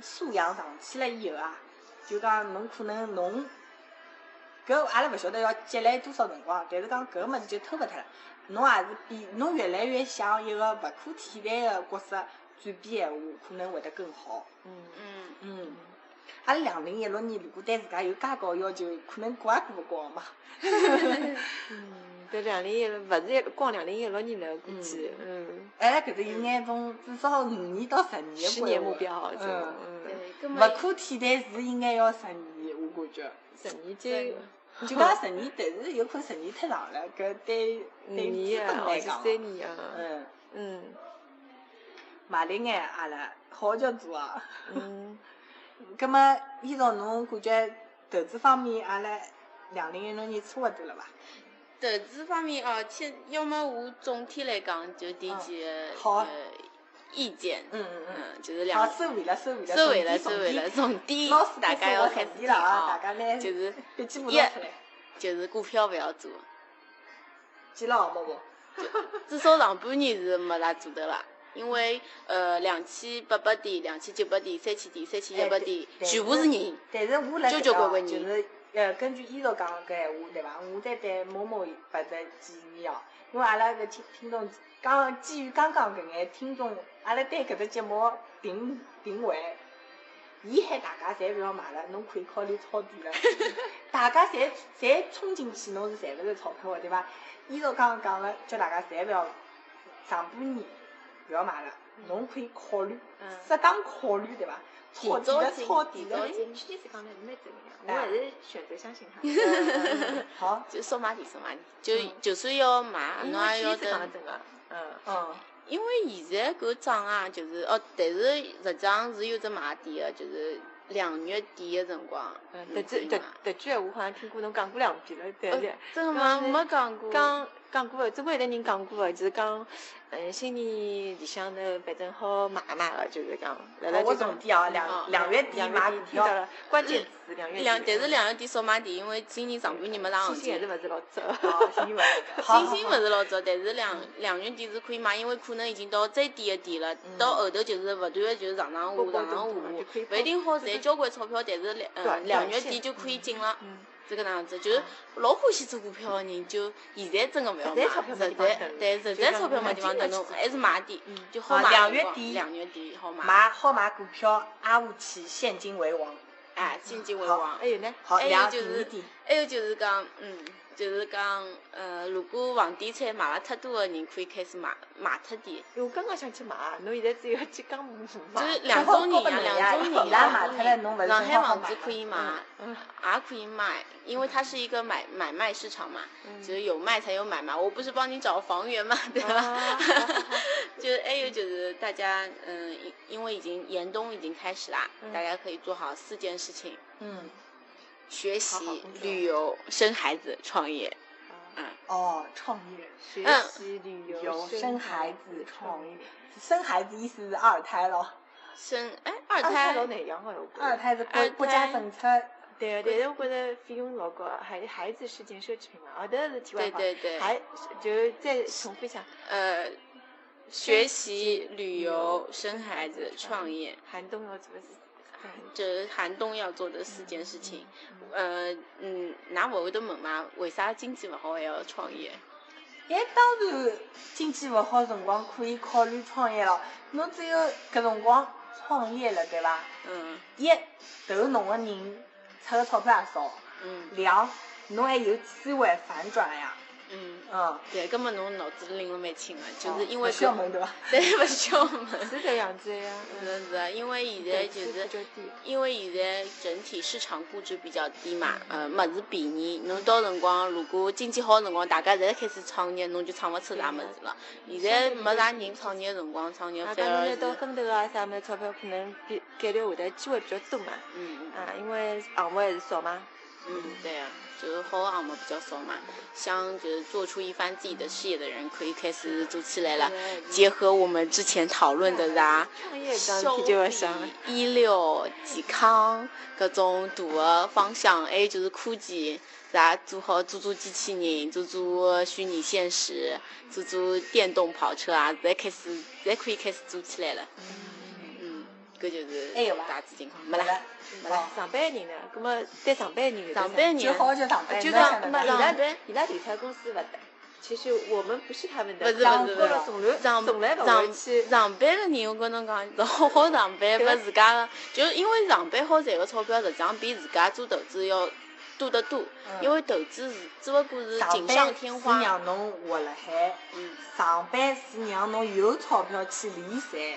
[SPEAKER 3] 素养上去了以后啊，就讲侬可能侬搿阿拉勿晓得要积累多少辰光，但是讲搿物事就偷勿脱了。侬也是比侬越来越像一个勿可替代的角色转变闲话，可能会得更好。
[SPEAKER 4] 嗯
[SPEAKER 2] 嗯，
[SPEAKER 3] 嗯，阿拉两零一六年如果对自家有介高要求，可能过也过勿光嘛。
[SPEAKER 4] 嗯，对两零一六，勿是光两零一六年了，估计，嗯，
[SPEAKER 3] 阿哎拉搿搭有眼种至少五年到十年的
[SPEAKER 4] 十
[SPEAKER 3] 规
[SPEAKER 4] 年
[SPEAKER 3] 划
[SPEAKER 4] 目标，就
[SPEAKER 3] 嗯
[SPEAKER 4] 嗯，
[SPEAKER 2] 对，根
[SPEAKER 3] 勿可替代是应该要十年，我感觉。
[SPEAKER 4] 十年
[SPEAKER 2] 对
[SPEAKER 4] 就
[SPEAKER 3] 就讲十年，但是有可能十年太长了，搿对
[SPEAKER 4] 五
[SPEAKER 3] 对资
[SPEAKER 4] 年
[SPEAKER 3] 本
[SPEAKER 4] 啊，或
[SPEAKER 3] 来
[SPEAKER 4] 者
[SPEAKER 3] 讲，
[SPEAKER 4] 三年啊，
[SPEAKER 3] 嗯，
[SPEAKER 4] 嗯，
[SPEAKER 3] 买了嗯眼阿拉好叫做啊。
[SPEAKER 4] (laughs) 嗯，
[SPEAKER 3] 葛么，依照侬感觉投资方面，阿拉两零一六年差勿多了伐？
[SPEAKER 2] 投资方面哦，其要么我总体来讲就提几个
[SPEAKER 3] 好啊
[SPEAKER 2] 呃意见，
[SPEAKER 3] 嗯嗯
[SPEAKER 2] 嗯，就是
[SPEAKER 3] 好，
[SPEAKER 2] 两
[SPEAKER 3] 收尾了，收尾了，
[SPEAKER 2] 收尾了，
[SPEAKER 3] 总结
[SPEAKER 2] 收尾了，，总
[SPEAKER 3] 总
[SPEAKER 2] 体
[SPEAKER 3] 结老师
[SPEAKER 2] 大家要开始
[SPEAKER 3] 提
[SPEAKER 2] 听
[SPEAKER 3] 了啊，大
[SPEAKER 2] 啊，
[SPEAKER 3] 家拿
[SPEAKER 2] 就是
[SPEAKER 3] 笔记本
[SPEAKER 2] 一
[SPEAKER 3] 拿出来，
[SPEAKER 2] 就是股票不要做，
[SPEAKER 3] 记了好么不？
[SPEAKER 2] 至少上半年是没啥做的啦。因为呃，两千八百点、两千九百点、三千点、三千
[SPEAKER 3] 哎
[SPEAKER 2] 一百点，全部是人。
[SPEAKER 3] 但是我辣
[SPEAKER 2] 交
[SPEAKER 3] 搿
[SPEAKER 2] 交
[SPEAKER 3] 搭
[SPEAKER 2] 关
[SPEAKER 3] 哦
[SPEAKER 2] 关
[SPEAKER 3] 就
[SPEAKER 2] 人
[SPEAKER 3] 是呃，根据伊头讲搿闲话对伐？我再对某某发只建议哦，因为阿拉搿听听众刚基于刚刚搿眼听众，阿拉对搿只节目定定位。伊喊大家侪勿要买了，侬可以考虑抄底了。大家侪侪冲进去，侬是赚勿着钞票个，对伐？伊头刚刚讲了，叫大家侪勿要上半年勿要买了，侬可以考虑，
[SPEAKER 4] 嗯
[SPEAKER 3] 适当考虑，对伐？
[SPEAKER 2] 提
[SPEAKER 3] 抄底
[SPEAKER 2] 早
[SPEAKER 3] 了，
[SPEAKER 2] 进
[SPEAKER 3] 抄
[SPEAKER 4] 提
[SPEAKER 3] 底
[SPEAKER 4] 早
[SPEAKER 3] 了。
[SPEAKER 4] 进，去年是讲的蛮正面的，我
[SPEAKER 3] 啊
[SPEAKER 4] 还是选择相信 (laughs) 他。嗯
[SPEAKER 2] (laughs)
[SPEAKER 3] 好，
[SPEAKER 2] 就少买点，少买点。就
[SPEAKER 3] 嗯
[SPEAKER 2] 就算要买，
[SPEAKER 4] 因
[SPEAKER 2] 侬也要
[SPEAKER 4] 为去年是讲的
[SPEAKER 2] 等。
[SPEAKER 4] 真个，嗯，
[SPEAKER 3] 嗯，
[SPEAKER 2] 因为现在搿涨啊，就是哦，但是实际上是有只买点的，就是两月底的辰光。
[SPEAKER 4] 嗯，
[SPEAKER 2] 侬
[SPEAKER 4] 迭
[SPEAKER 2] 可以
[SPEAKER 4] 句迭
[SPEAKER 2] 买
[SPEAKER 4] 迭句闲话好像听过侬讲过两遍了，对
[SPEAKER 2] 呃
[SPEAKER 4] 不对？
[SPEAKER 2] 真的吗？
[SPEAKER 4] 刚才
[SPEAKER 2] 没讲过。
[SPEAKER 4] 讲讲过的，总归有得人讲过的，就是讲，嗯，新年里向头反正好买买的，就是讲，辣
[SPEAKER 2] 哦
[SPEAKER 4] 辣就
[SPEAKER 3] 我
[SPEAKER 4] 讲
[SPEAKER 3] 重点啊，两
[SPEAKER 2] 嗯
[SPEAKER 3] 两月底
[SPEAKER 4] 两
[SPEAKER 3] 买
[SPEAKER 4] 月
[SPEAKER 3] 股
[SPEAKER 4] 底听到
[SPEAKER 3] 票，
[SPEAKER 4] 了，关键词两月底。
[SPEAKER 2] 两，但是两月底少买点，因为今年上半年没啥行
[SPEAKER 4] 信心还是。勿是
[SPEAKER 2] 情
[SPEAKER 4] 老
[SPEAKER 2] (laughs)
[SPEAKER 4] 准。
[SPEAKER 3] 好，新闻，好，
[SPEAKER 2] 信心勿是老早，但是两两月底是可以买，因为可能已经到最低的点了，
[SPEAKER 4] 嗯
[SPEAKER 2] 到后头就是勿断的就是上上
[SPEAKER 4] 波
[SPEAKER 2] 下
[SPEAKER 4] 波
[SPEAKER 2] 上上
[SPEAKER 4] 动动嘛就可以
[SPEAKER 2] 下下，不一定好
[SPEAKER 4] 就
[SPEAKER 2] 赚
[SPEAKER 4] 是
[SPEAKER 2] 交关钞票，但是两呃
[SPEAKER 4] 短
[SPEAKER 2] 两
[SPEAKER 4] 短
[SPEAKER 2] 月
[SPEAKER 4] 线
[SPEAKER 2] 底就可以进了，
[SPEAKER 4] 嗯，
[SPEAKER 2] 这个样子就是老欢喜做股票的人，就现在真的勿要买，
[SPEAKER 4] 实在钞票没
[SPEAKER 2] 实
[SPEAKER 4] 地方
[SPEAKER 2] 在
[SPEAKER 4] 等
[SPEAKER 2] 对实
[SPEAKER 4] 就
[SPEAKER 2] 在
[SPEAKER 4] 讲
[SPEAKER 2] 钞票没
[SPEAKER 4] 买
[SPEAKER 2] 地方
[SPEAKER 4] 进
[SPEAKER 2] 等
[SPEAKER 4] 了
[SPEAKER 2] 侬，
[SPEAKER 4] 去
[SPEAKER 2] 还是买点
[SPEAKER 4] 嗯，
[SPEAKER 2] 就好
[SPEAKER 3] 啊
[SPEAKER 2] 买
[SPEAKER 3] 两
[SPEAKER 2] 辰
[SPEAKER 3] 月
[SPEAKER 2] 光
[SPEAKER 3] 底
[SPEAKER 2] 两月底好买，
[SPEAKER 3] 买好买股票，挨下去现金为王。
[SPEAKER 2] 哎，现金为
[SPEAKER 3] 好
[SPEAKER 2] 王
[SPEAKER 4] 还。有呢，
[SPEAKER 3] 好，
[SPEAKER 2] 还有
[SPEAKER 3] 两
[SPEAKER 2] 哎
[SPEAKER 3] 第
[SPEAKER 2] 就
[SPEAKER 3] 一
[SPEAKER 2] 是
[SPEAKER 3] 点，
[SPEAKER 2] 还有就是讲，嗯，就是讲，呃，如果房地产买了太多的人，可以开始卖卖脱点。
[SPEAKER 4] 因为我刚刚想去买，侬现在只有去讲买。
[SPEAKER 2] 就是两种人呀，两种人
[SPEAKER 3] 伊拉买
[SPEAKER 2] 呀。
[SPEAKER 3] 脱了，侬勿是
[SPEAKER 2] 上海
[SPEAKER 3] 正好
[SPEAKER 2] 房
[SPEAKER 3] 买
[SPEAKER 2] 子
[SPEAKER 3] 吗
[SPEAKER 2] 可以买，
[SPEAKER 4] 嗯
[SPEAKER 2] 也可以卖，因为它是一个买买卖市场嘛，
[SPEAKER 4] 嗯
[SPEAKER 2] 就是有卖才有买嘛。我不是帮你找房源嘛，对吧？
[SPEAKER 4] (laughs) 啊
[SPEAKER 2] 就是还有就是大家，嗯，因因为已经严冬已经开始啦，
[SPEAKER 4] 嗯
[SPEAKER 2] 大家可以做好四件事情：
[SPEAKER 3] 嗯，好
[SPEAKER 2] 学
[SPEAKER 3] 好
[SPEAKER 2] 习
[SPEAKER 3] 工、作
[SPEAKER 2] 旅游、生孩子、创业。
[SPEAKER 3] 哦，创业。
[SPEAKER 4] 啊学
[SPEAKER 2] 嗯
[SPEAKER 4] 习、旅游、
[SPEAKER 3] 有生孩子、
[SPEAKER 4] 创
[SPEAKER 3] 创业，生孩子意思是二胎咯，
[SPEAKER 2] 生哎，二
[SPEAKER 4] 二胎
[SPEAKER 2] 胎
[SPEAKER 4] 老难养个，我觉得
[SPEAKER 2] 啊
[SPEAKER 3] 二。胎是国
[SPEAKER 2] 二
[SPEAKER 3] 国家
[SPEAKER 2] 胎
[SPEAKER 3] 政策，
[SPEAKER 4] 对，但是我觉得费用老高，孩孩子是件奢侈品嘛。哦，迭是题外
[SPEAKER 2] 对
[SPEAKER 4] 话。
[SPEAKER 2] 对对，
[SPEAKER 4] 还就是再重复一下，
[SPEAKER 2] 呃，学习、旅游、生孩子、创业，
[SPEAKER 4] 嗯寒冬要做的事。
[SPEAKER 2] 这是寒冬要做的四件事情。
[SPEAKER 4] 嗯，
[SPEAKER 2] 呃，嗯，㑚勿会得问嘛？为啥经济勿好还要创业？
[SPEAKER 3] 哎，当然经济勿好辰光可以考虑创业咯。侬只有搿辰光创业了，对伐？
[SPEAKER 2] 嗯
[SPEAKER 3] 一投侬个人出个钞票也少，
[SPEAKER 2] 嗯
[SPEAKER 3] 两侬还有机会反转呀。
[SPEAKER 2] 嗯，
[SPEAKER 3] 嗯，
[SPEAKER 2] 对，根本侬脑子拎了蛮清的，啊
[SPEAKER 4] 哦
[SPEAKER 2] 就是因
[SPEAKER 3] 勿
[SPEAKER 2] 为
[SPEAKER 3] 需要
[SPEAKER 2] 搿
[SPEAKER 3] 问对伐？
[SPEAKER 2] 对，勿需要问。
[SPEAKER 4] 嗯是这样子呀。嗯啊
[SPEAKER 2] 是的是的，因为现在就
[SPEAKER 4] 比
[SPEAKER 2] 是
[SPEAKER 4] 较低。
[SPEAKER 2] 因为现在整体市场估值比较低嘛，呃，物事便宜，侬到辰光如果经济好的辰光，大家侪开始创业，侬就创勿出啥物事了。现在没啥人创业的辰光，创业
[SPEAKER 4] 啊，
[SPEAKER 2] 反
[SPEAKER 4] 讲侬
[SPEAKER 2] 而
[SPEAKER 4] 拿
[SPEAKER 2] 是，
[SPEAKER 4] 到跟头啊啥么钞票，可能比概率会得机会比较多嘛。
[SPEAKER 2] 嗯嗯
[SPEAKER 4] 啊，因为项目还是少嘛。
[SPEAKER 2] 嗯，对啊，就是好的项目比较少嘛，想就是做出一番自己的事业的人，可以开始做起来了。结合我们之前讨论的啊啥。
[SPEAKER 4] 创业桩事体就要想。
[SPEAKER 2] 医疗、健康搿种大的方向，还有就是科技，啥做好做做机器人，做做虚拟现实，做做电动跑车啊，侪开始侪可以开始做起来了。嗯，搿就是
[SPEAKER 3] 还有伐
[SPEAKER 2] 大致情况，没
[SPEAKER 3] 没
[SPEAKER 2] 啦
[SPEAKER 3] 了。，
[SPEAKER 2] 没
[SPEAKER 3] 哦
[SPEAKER 2] 啦，
[SPEAKER 4] 上班人呢，葛么对上班人有
[SPEAKER 2] 上班人
[SPEAKER 3] 就好就上
[SPEAKER 4] 哎
[SPEAKER 3] 班，
[SPEAKER 2] 就
[SPEAKER 3] 侬看
[SPEAKER 2] 讲
[SPEAKER 3] 得到
[SPEAKER 2] 没
[SPEAKER 4] 伊
[SPEAKER 2] 上
[SPEAKER 4] 拉
[SPEAKER 2] 班。
[SPEAKER 4] 伊拉理财公司勿得。其实我们不是他们的，
[SPEAKER 2] 不是
[SPEAKER 4] 我
[SPEAKER 2] 不是
[SPEAKER 4] 过了总来
[SPEAKER 2] 上
[SPEAKER 4] 从来不会
[SPEAKER 2] 上
[SPEAKER 4] 去。
[SPEAKER 2] 上班的人，我跟侬讲， (laughs) 要好好上班，
[SPEAKER 4] 对
[SPEAKER 2] 把自家的，就是因为上班好赚个钞票，实际上比自家做投资要多得多。
[SPEAKER 3] 嗯
[SPEAKER 2] 因为投资是只不过是
[SPEAKER 3] 上
[SPEAKER 2] 锦
[SPEAKER 3] 班
[SPEAKER 2] 上
[SPEAKER 3] 是
[SPEAKER 2] 添花。
[SPEAKER 3] 让侬活辣海，
[SPEAKER 2] 嗯，
[SPEAKER 3] 上班是让侬有钞票去理财。
[SPEAKER 2] 哎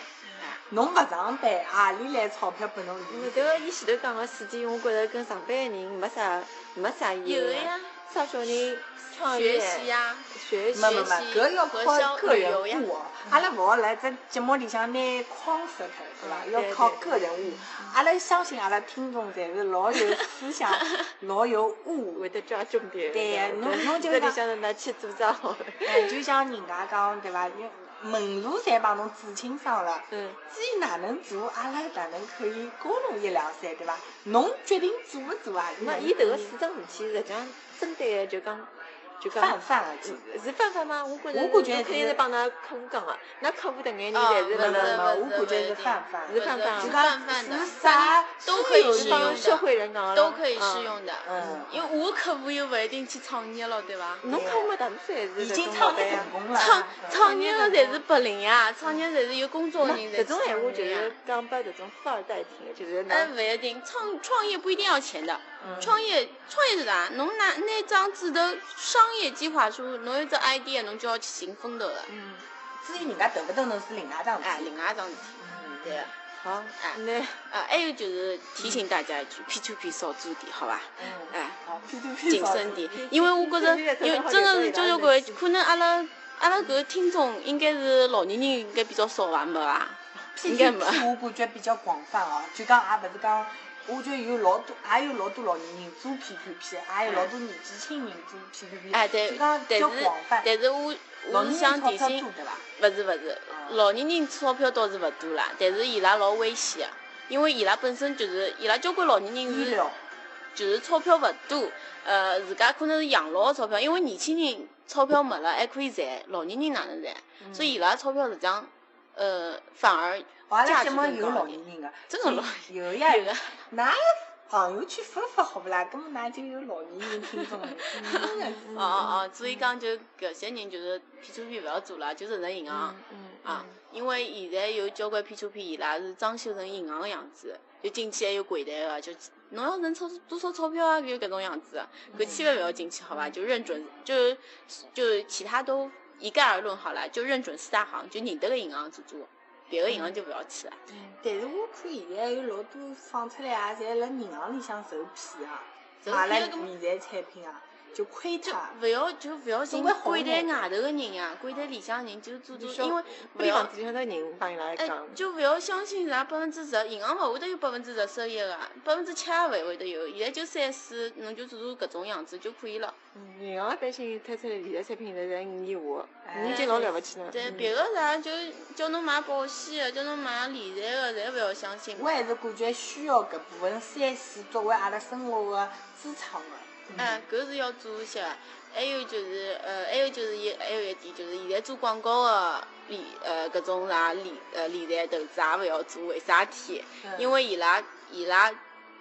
[SPEAKER 3] 侬勿上班，何里来钞票拨侬
[SPEAKER 4] 嗯
[SPEAKER 3] 理？
[SPEAKER 4] 迭个伊前头讲个四点，我觉着跟上班的人没啥没啥一
[SPEAKER 2] 有
[SPEAKER 4] 样
[SPEAKER 2] 的
[SPEAKER 4] 啊。
[SPEAKER 3] 嗯
[SPEAKER 2] 呀，
[SPEAKER 4] 啥小人创业
[SPEAKER 2] 学习呀、
[SPEAKER 4] 学习
[SPEAKER 3] 没没没，搿要
[SPEAKER 2] 核销
[SPEAKER 3] 靠个
[SPEAKER 2] 旅
[SPEAKER 3] 人
[SPEAKER 2] 游呀
[SPEAKER 3] 化哦。阿拉勿好来只节目里向拿框设开，是伐？
[SPEAKER 4] 嗯对
[SPEAKER 3] 要靠
[SPEAKER 4] 对
[SPEAKER 3] 个人化。阿拉相信阿拉听众侪是老有思想，老有悟
[SPEAKER 4] 会。得抓重点。
[SPEAKER 3] 对呀侬侬就
[SPEAKER 4] 这
[SPEAKER 3] 讲
[SPEAKER 4] 里向拿去组长 (laughs) 好了。嗯
[SPEAKER 3] 哎，就像人家讲对伐？你门路侪帮侬指清爽了。
[SPEAKER 4] 嗯，
[SPEAKER 3] 既哪能做，阿拉哪能可以高侬一两三，对伐？侬决定做勿做啊？
[SPEAKER 4] 那伊迭个四桩事体，实际上针对的就讲就讲
[SPEAKER 3] 泛泛而已。
[SPEAKER 4] 是是泛泛吗？我觉着
[SPEAKER 3] 我感觉
[SPEAKER 4] 侬肯定
[SPEAKER 3] 是
[SPEAKER 4] 是帮㑚客户讲个，㑚客户迭眼人
[SPEAKER 2] 啊
[SPEAKER 4] 侪是
[SPEAKER 2] 不
[SPEAKER 4] 辣
[SPEAKER 2] 是
[SPEAKER 3] 没
[SPEAKER 4] 辣
[SPEAKER 3] 没
[SPEAKER 2] 不
[SPEAKER 3] 我感觉是
[SPEAKER 2] 不
[SPEAKER 3] 泛泛
[SPEAKER 2] 不
[SPEAKER 4] 是泛泛
[SPEAKER 2] 是
[SPEAKER 4] 就
[SPEAKER 2] 泛泛的
[SPEAKER 3] 是，啥
[SPEAKER 2] 都可以
[SPEAKER 3] 有
[SPEAKER 2] 适
[SPEAKER 4] 是
[SPEAKER 2] 用
[SPEAKER 4] 帮
[SPEAKER 2] 的
[SPEAKER 4] 社会人讲的
[SPEAKER 2] 都可以适
[SPEAKER 4] 嗯
[SPEAKER 2] 用的。
[SPEAKER 3] 嗯，
[SPEAKER 2] 因为我客户又不一定去创业了，对伐？
[SPEAKER 4] 侬嗯看我们大多数还是
[SPEAKER 3] 已
[SPEAKER 4] 搿
[SPEAKER 3] 经
[SPEAKER 4] 种
[SPEAKER 3] 创
[SPEAKER 4] 老板
[SPEAKER 3] 业
[SPEAKER 4] 呀
[SPEAKER 3] 成功了。
[SPEAKER 2] 创
[SPEAKER 3] 嗯
[SPEAKER 2] 创业的侪是白领呀，创业侪是有工作的人在
[SPEAKER 4] 搿种闲话
[SPEAKER 2] 创
[SPEAKER 4] 就
[SPEAKER 2] 业呀
[SPEAKER 4] 是讲拨搿种富二代听的，就是
[SPEAKER 2] 哎，
[SPEAKER 4] 拿
[SPEAKER 2] 不一定，创创业不一定要钱的。
[SPEAKER 3] 嗯
[SPEAKER 2] 创业创业是啥？侬拿拿张纸头商业计划书，侬有只 idea，侬就要去寻风投了。
[SPEAKER 4] 嗯
[SPEAKER 3] 至于人家投不投侬是另外一桩事
[SPEAKER 2] 哎，
[SPEAKER 3] 体。
[SPEAKER 2] 另外一桩事体。
[SPEAKER 3] 嗯
[SPEAKER 2] 对的。
[SPEAKER 4] 好，那
[SPEAKER 2] 啊，还有就是提醒大家一句，P to P 少做点，好吧？
[SPEAKER 3] 嗯， (laughs)
[SPEAKER 2] 哎，
[SPEAKER 3] 好，P to P
[SPEAKER 2] 谨慎点，因为我
[SPEAKER 3] (laughs)
[SPEAKER 2] 觉着，因为真的是交交关，可能阿拉阿拉搿个听众应该是老年人，应该比较少伐？没伐？应该没。
[SPEAKER 3] 我感觉比较广泛哦，就讲也勿是讲，我觉得有老多，也有老多老年人做 PQP，也有老多年纪轻人做 PQP，
[SPEAKER 2] 哎，对
[SPEAKER 3] 就讲，比
[SPEAKER 2] 但
[SPEAKER 3] 较
[SPEAKER 2] 是
[SPEAKER 3] 广泛。
[SPEAKER 2] 但是我
[SPEAKER 3] 老
[SPEAKER 2] 我是
[SPEAKER 3] 年
[SPEAKER 2] 想
[SPEAKER 3] 人
[SPEAKER 2] 提
[SPEAKER 3] 钞票
[SPEAKER 2] 醒
[SPEAKER 3] 多，对伐？
[SPEAKER 2] 勿是勿是，
[SPEAKER 3] 嗯
[SPEAKER 2] 老年人钞票倒是勿多啦，但是伊拉老危险的，因为伊拉本身就是伊拉交关老年人
[SPEAKER 3] 医
[SPEAKER 2] 是
[SPEAKER 3] 疗，
[SPEAKER 2] 就是钞票勿多，呃，自家可能是养老的钞票，因为年轻人钞票没了还可以赚，老年人哪能赚？嗯
[SPEAKER 3] 嗯
[SPEAKER 4] 嗯
[SPEAKER 2] 所以伊拉钞票实际上，呃，反而
[SPEAKER 3] 阿拉
[SPEAKER 2] 价
[SPEAKER 3] 节
[SPEAKER 2] 值
[SPEAKER 3] 目
[SPEAKER 2] 更
[SPEAKER 3] 有
[SPEAKER 2] 高
[SPEAKER 3] 老
[SPEAKER 2] 一
[SPEAKER 3] 年人
[SPEAKER 2] 点。
[SPEAKER 3] 个，
[SPEAKER 2] 真的老
[SPEAKER 3] 有
[SPEAKER 2] (laughs)
[SPEAKER 3] 呀
[SPEAKER 2] 有，的，
[SPEAKER 3] 㑚朋友圈发发好不啦？根本㑚就有老年人听
[SPEAKER 2] (laughs)
[SPEAKER 3] 众了，真的是
[SPEAKER 4] 嗯
[SPEAKER 2] 哦哦哦，所以讲就搿些人就是 P to P 勿要做啦，就是人银行。
[SPEAKER 4] 嗯
[SPEAKER 2] 啊，因为现在有交关 P to P 伊拉是装修成银行个样子，就进去还有柜台个，就侬要能凑多少钞票啊，就搿种样子的，
[SPEAKER 4] 嗯
[SPEAKER 2] 搿千万勿要进去好伐？就认准，就就其他都一概而论好了，就认准四大行，就认得个银行做做，别个银行就勿要去了。
[SPEAKER 3] 但是我看现在有老多放出来啊，侪辣银行里向受骗啊，
[SPEAKER 2] 受
[SPEAKER 3] 买了
[SPEAKER 2] 骗个
[SPEAKER 3] 理财产品啊，就亏
[SPEAKER 2] 就
[SPEAKER 3] 脱。
[SPEAKER 2] 勿要就勿要进
[SPEAKER 3] 总归好
[SPEAKER 2] 柜台
[SPEAKER 3] 弄
[SPEAKER 2] 外头个人呀，柜台里向人就做
[SPEAKER 4] 就
[SPEAKER 2] 做，
[SPEAKER 4] 说
[SPEAKER 2] 因为
[SPEAKER 4] 屋
[SPEAKER 2] 勿
[SPEAKER 4] 里
[SPEAKER 2] 要
[SPEAKER 4] 房子里向头人帮伊拉
[SPEAKER 2] 哎
[SPEAKER 4] 讲，，
[SPEAKER 2] 就勿要相信啥百分之十，银行勿会得有百分之十收益个，百分之七也勿会得有。现在就三四，侬就做做搿种样子就可以了。
[SPEAKER 4] 嗯银行一般性推出来理财产品，现在侪五年下，
[SPEAKER 3] 哎
[SPEAKER 4] 五年已经老了不起了。
[SPEAKER 2] 对，
[SPEAKER 4] 嗯
[SPEAKER 2] 别个啥就叫侬买保险啊个，叫侬买理财个，侪勿要相信。
[SPEAKER 3] 我还是感觉需要搿部分三线作为阿拉生活个支撑个。
[SPEAKER 2] 哎，搿是要做一些。还有就是，呃，还有就是一，还有一点就是，现在做广告个理，呃，搿种啥理，呃，理财投资也勿要做，为啥体？
[SPEAKER 3] 嗯，
[SPEAKER 2] 因为伊拉伊拉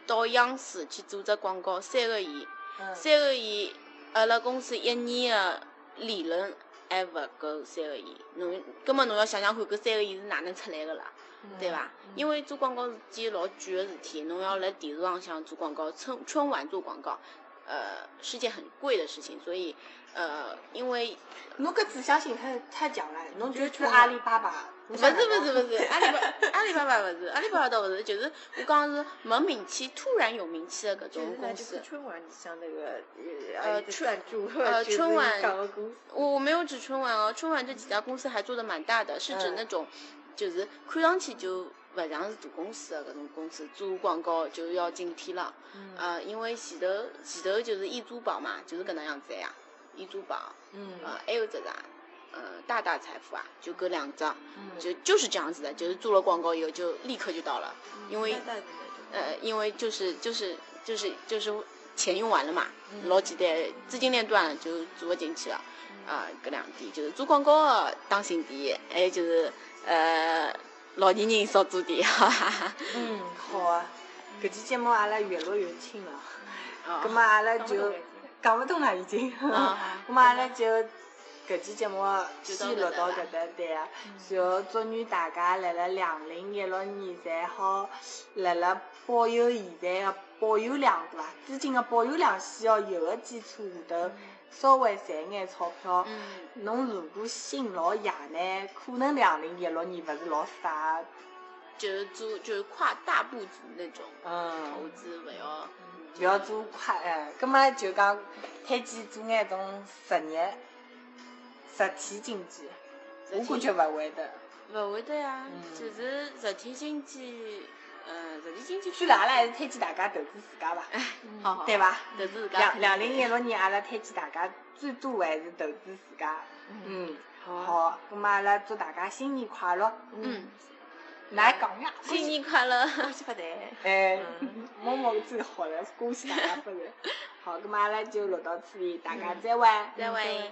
[SPEAKER 2] 到央视去做只广告，三个
[SPEAKER 3] 嗯
[SPEAKER 2] 亿。三个亿，阿拉公司一年的利润还勿够三个亿，侬，葛末侬要想想看，搿三个亿是哪能出来个啦，
[SPEAKER 4] 嗯
[SPEAKER 2] 对伐？因为做广告是件老贵个事体，侬要辣电视浪向做广告，春春晚做广告，呃，是件很贵的事情，所以，呃，因为
[SPEAKER 3] 侬搿指向性太太强了，侬就
[SPEAKER 2] 就
[SPEAKER 3] 去
[SPEAKER 2] 冲
[SPEAKER 3] 阿
[SPEAKER 2] 了
[SPEAKER 3] 里巴巴。
[SPEAKER 2] 勿
[SPEAKER 3] 勿
[SPEAKER 2] 是勿是勿
[SPEAKER 4] (laughs)
[SPEAKER 2] 是，阿里巴阿里巴巴勿是，阿里巴巴倒勿是，就是我讲是没名气，突然有名气的搿
[SPEAKER 4] 就是
[SPEAKER 2] 种
[SPEAKER 4] 那
[SPEAKER 2] 公
[SPEAKER 4] 就是
[SPEAKER 2] 司。
[SPEAKER 4] 春晚里向那个
[SPEAKER 2] 呃
[SPEAKER 4] 呃
[SPEAKER 2] 春
[SPEAKER 4] 赞助
[SPEAKER 2] 呃
[SPEAKER 4] 就是
[SPEAKER 2] 春晚
[SPEAKER 4] 讲个故事。
[SPEAKER 2] 我我没有指春晚哦，春晚这几家公司还做的蛮大的，是指
[SPEAKER 3] 嗯
[SPEAKER 2] 那种，就是看上去就勿像是大公司的搿种公司做广告就要进天了。
[SPEAKER 4] 嗯
[SPEAKER 2] 呃，因为前头前头就是易租宝嘛，就是搿能样子的呀，易租宝，
[SPEAKER 3] 嗯
[SPEAKER 2] 呃，还有只啥，呃，大大财富啊，就搿两张，
[SPEAKER 3] 嗯
[SPEAKER 2] 就就是这样子的，就是做了广告以后就立刻就到了，因为呃，因为就是就是就是就是钱用完了嘛，老简单，资金链断了就做不进去了。啊、搿两点就是做广告的当心点，还有就是呃老年人少做点，哈哈哈。
[SPEAKER 3] 嗯，好啊。搿期节目阿拉越落越轻了，
[SPEAKER 2] 哦
[SPEAKER 3] 葛末阿拉
[SPEAKER 4] 讲不
[SPEAKER 3] 就
[SPEAKER 2] 嗯
[SPEAKER 3] 嗯
[SPEAKER 4] 动了已经
[SPEAKER 3] 讲勿动了已 (laughs) 经。
[SPEAKER 2] 啊
[SPEAKER 3] 咁阿拉就搿期节目
[SPEAKER 2] 就
[SPEAKER 3] 先
[SPEAKER 2] 到
[SPEAKER 3] 录
[SPEAKER 2] 搿
[SPEAKER 3] 到
[SPEAKER 2] 搭
[SPEAKER 3] 搿搭对啊，然后祝愿大家辣辣两零一六年侪好，辣辣保有现在个保有量对伐？资金个保有量需要有个基础下头，稍微赚眼钞票。
[SPEAKER 2] 嗯，
[SPEAKER 3] 侬如果心老野呢，可能两零一六年勿是老啥，
[SPEAKER 2] 就是做就是跨大步子那种投
[SPEAKER 3] 嗯，
[SPEAKER 2] 资，勿要
[SPEAKER 3] 就要做快，哎，葛么就讲推荐做眼种实业、实体经济，
[SPEAKER 2] 实
[SPEAKER 3] 我
[SPEAKER 2] 体
[SPEAKER 3] 感觉勿会的。
[SPEAKER 2] 勿会的呀
[SPEAKER 3] 嗯，
[SPEAKER 2] 就是实体经济，嗯，实体经济嗯
[SPEAKER 3] 所以阿拉还是推荐大家投资自家吧，
[SPEAKER 2] 好
[SPEAKER 3] (laughs)
[SPEAKER 2] 好，
[SPEAKER 3] 对伐？
[SPEAKER 2] 投哎资自家
[SPEAKER 3] 两
[SPEAKER 2] 肯定
[SPEAKER 3] 两零一六年阿拉推荐大家最多还是投资自家。嗯，
[SPEAKER 2] 啊
[SPEAKER 3] 好，葛么阿拉祝大家新年快乐！
[SPEAKER 2] 嗯，
[SPEAKER 3] 㑚还讲呀，
[SPEAKER 2] 新年快乐，
[SPEAKER 4] 恭喜发财。
[SPEAKER 3] 哎
[SPEAKER 4] 嗯，
[SPEAKER 3] 某某最
[SPEAKER 2] (laughs)
[SPEAKER 3] 好了，恭喜大家发财！好，葛么阿拉就录到此地，大家再会。
[SPEAKER 2] 嗯再会。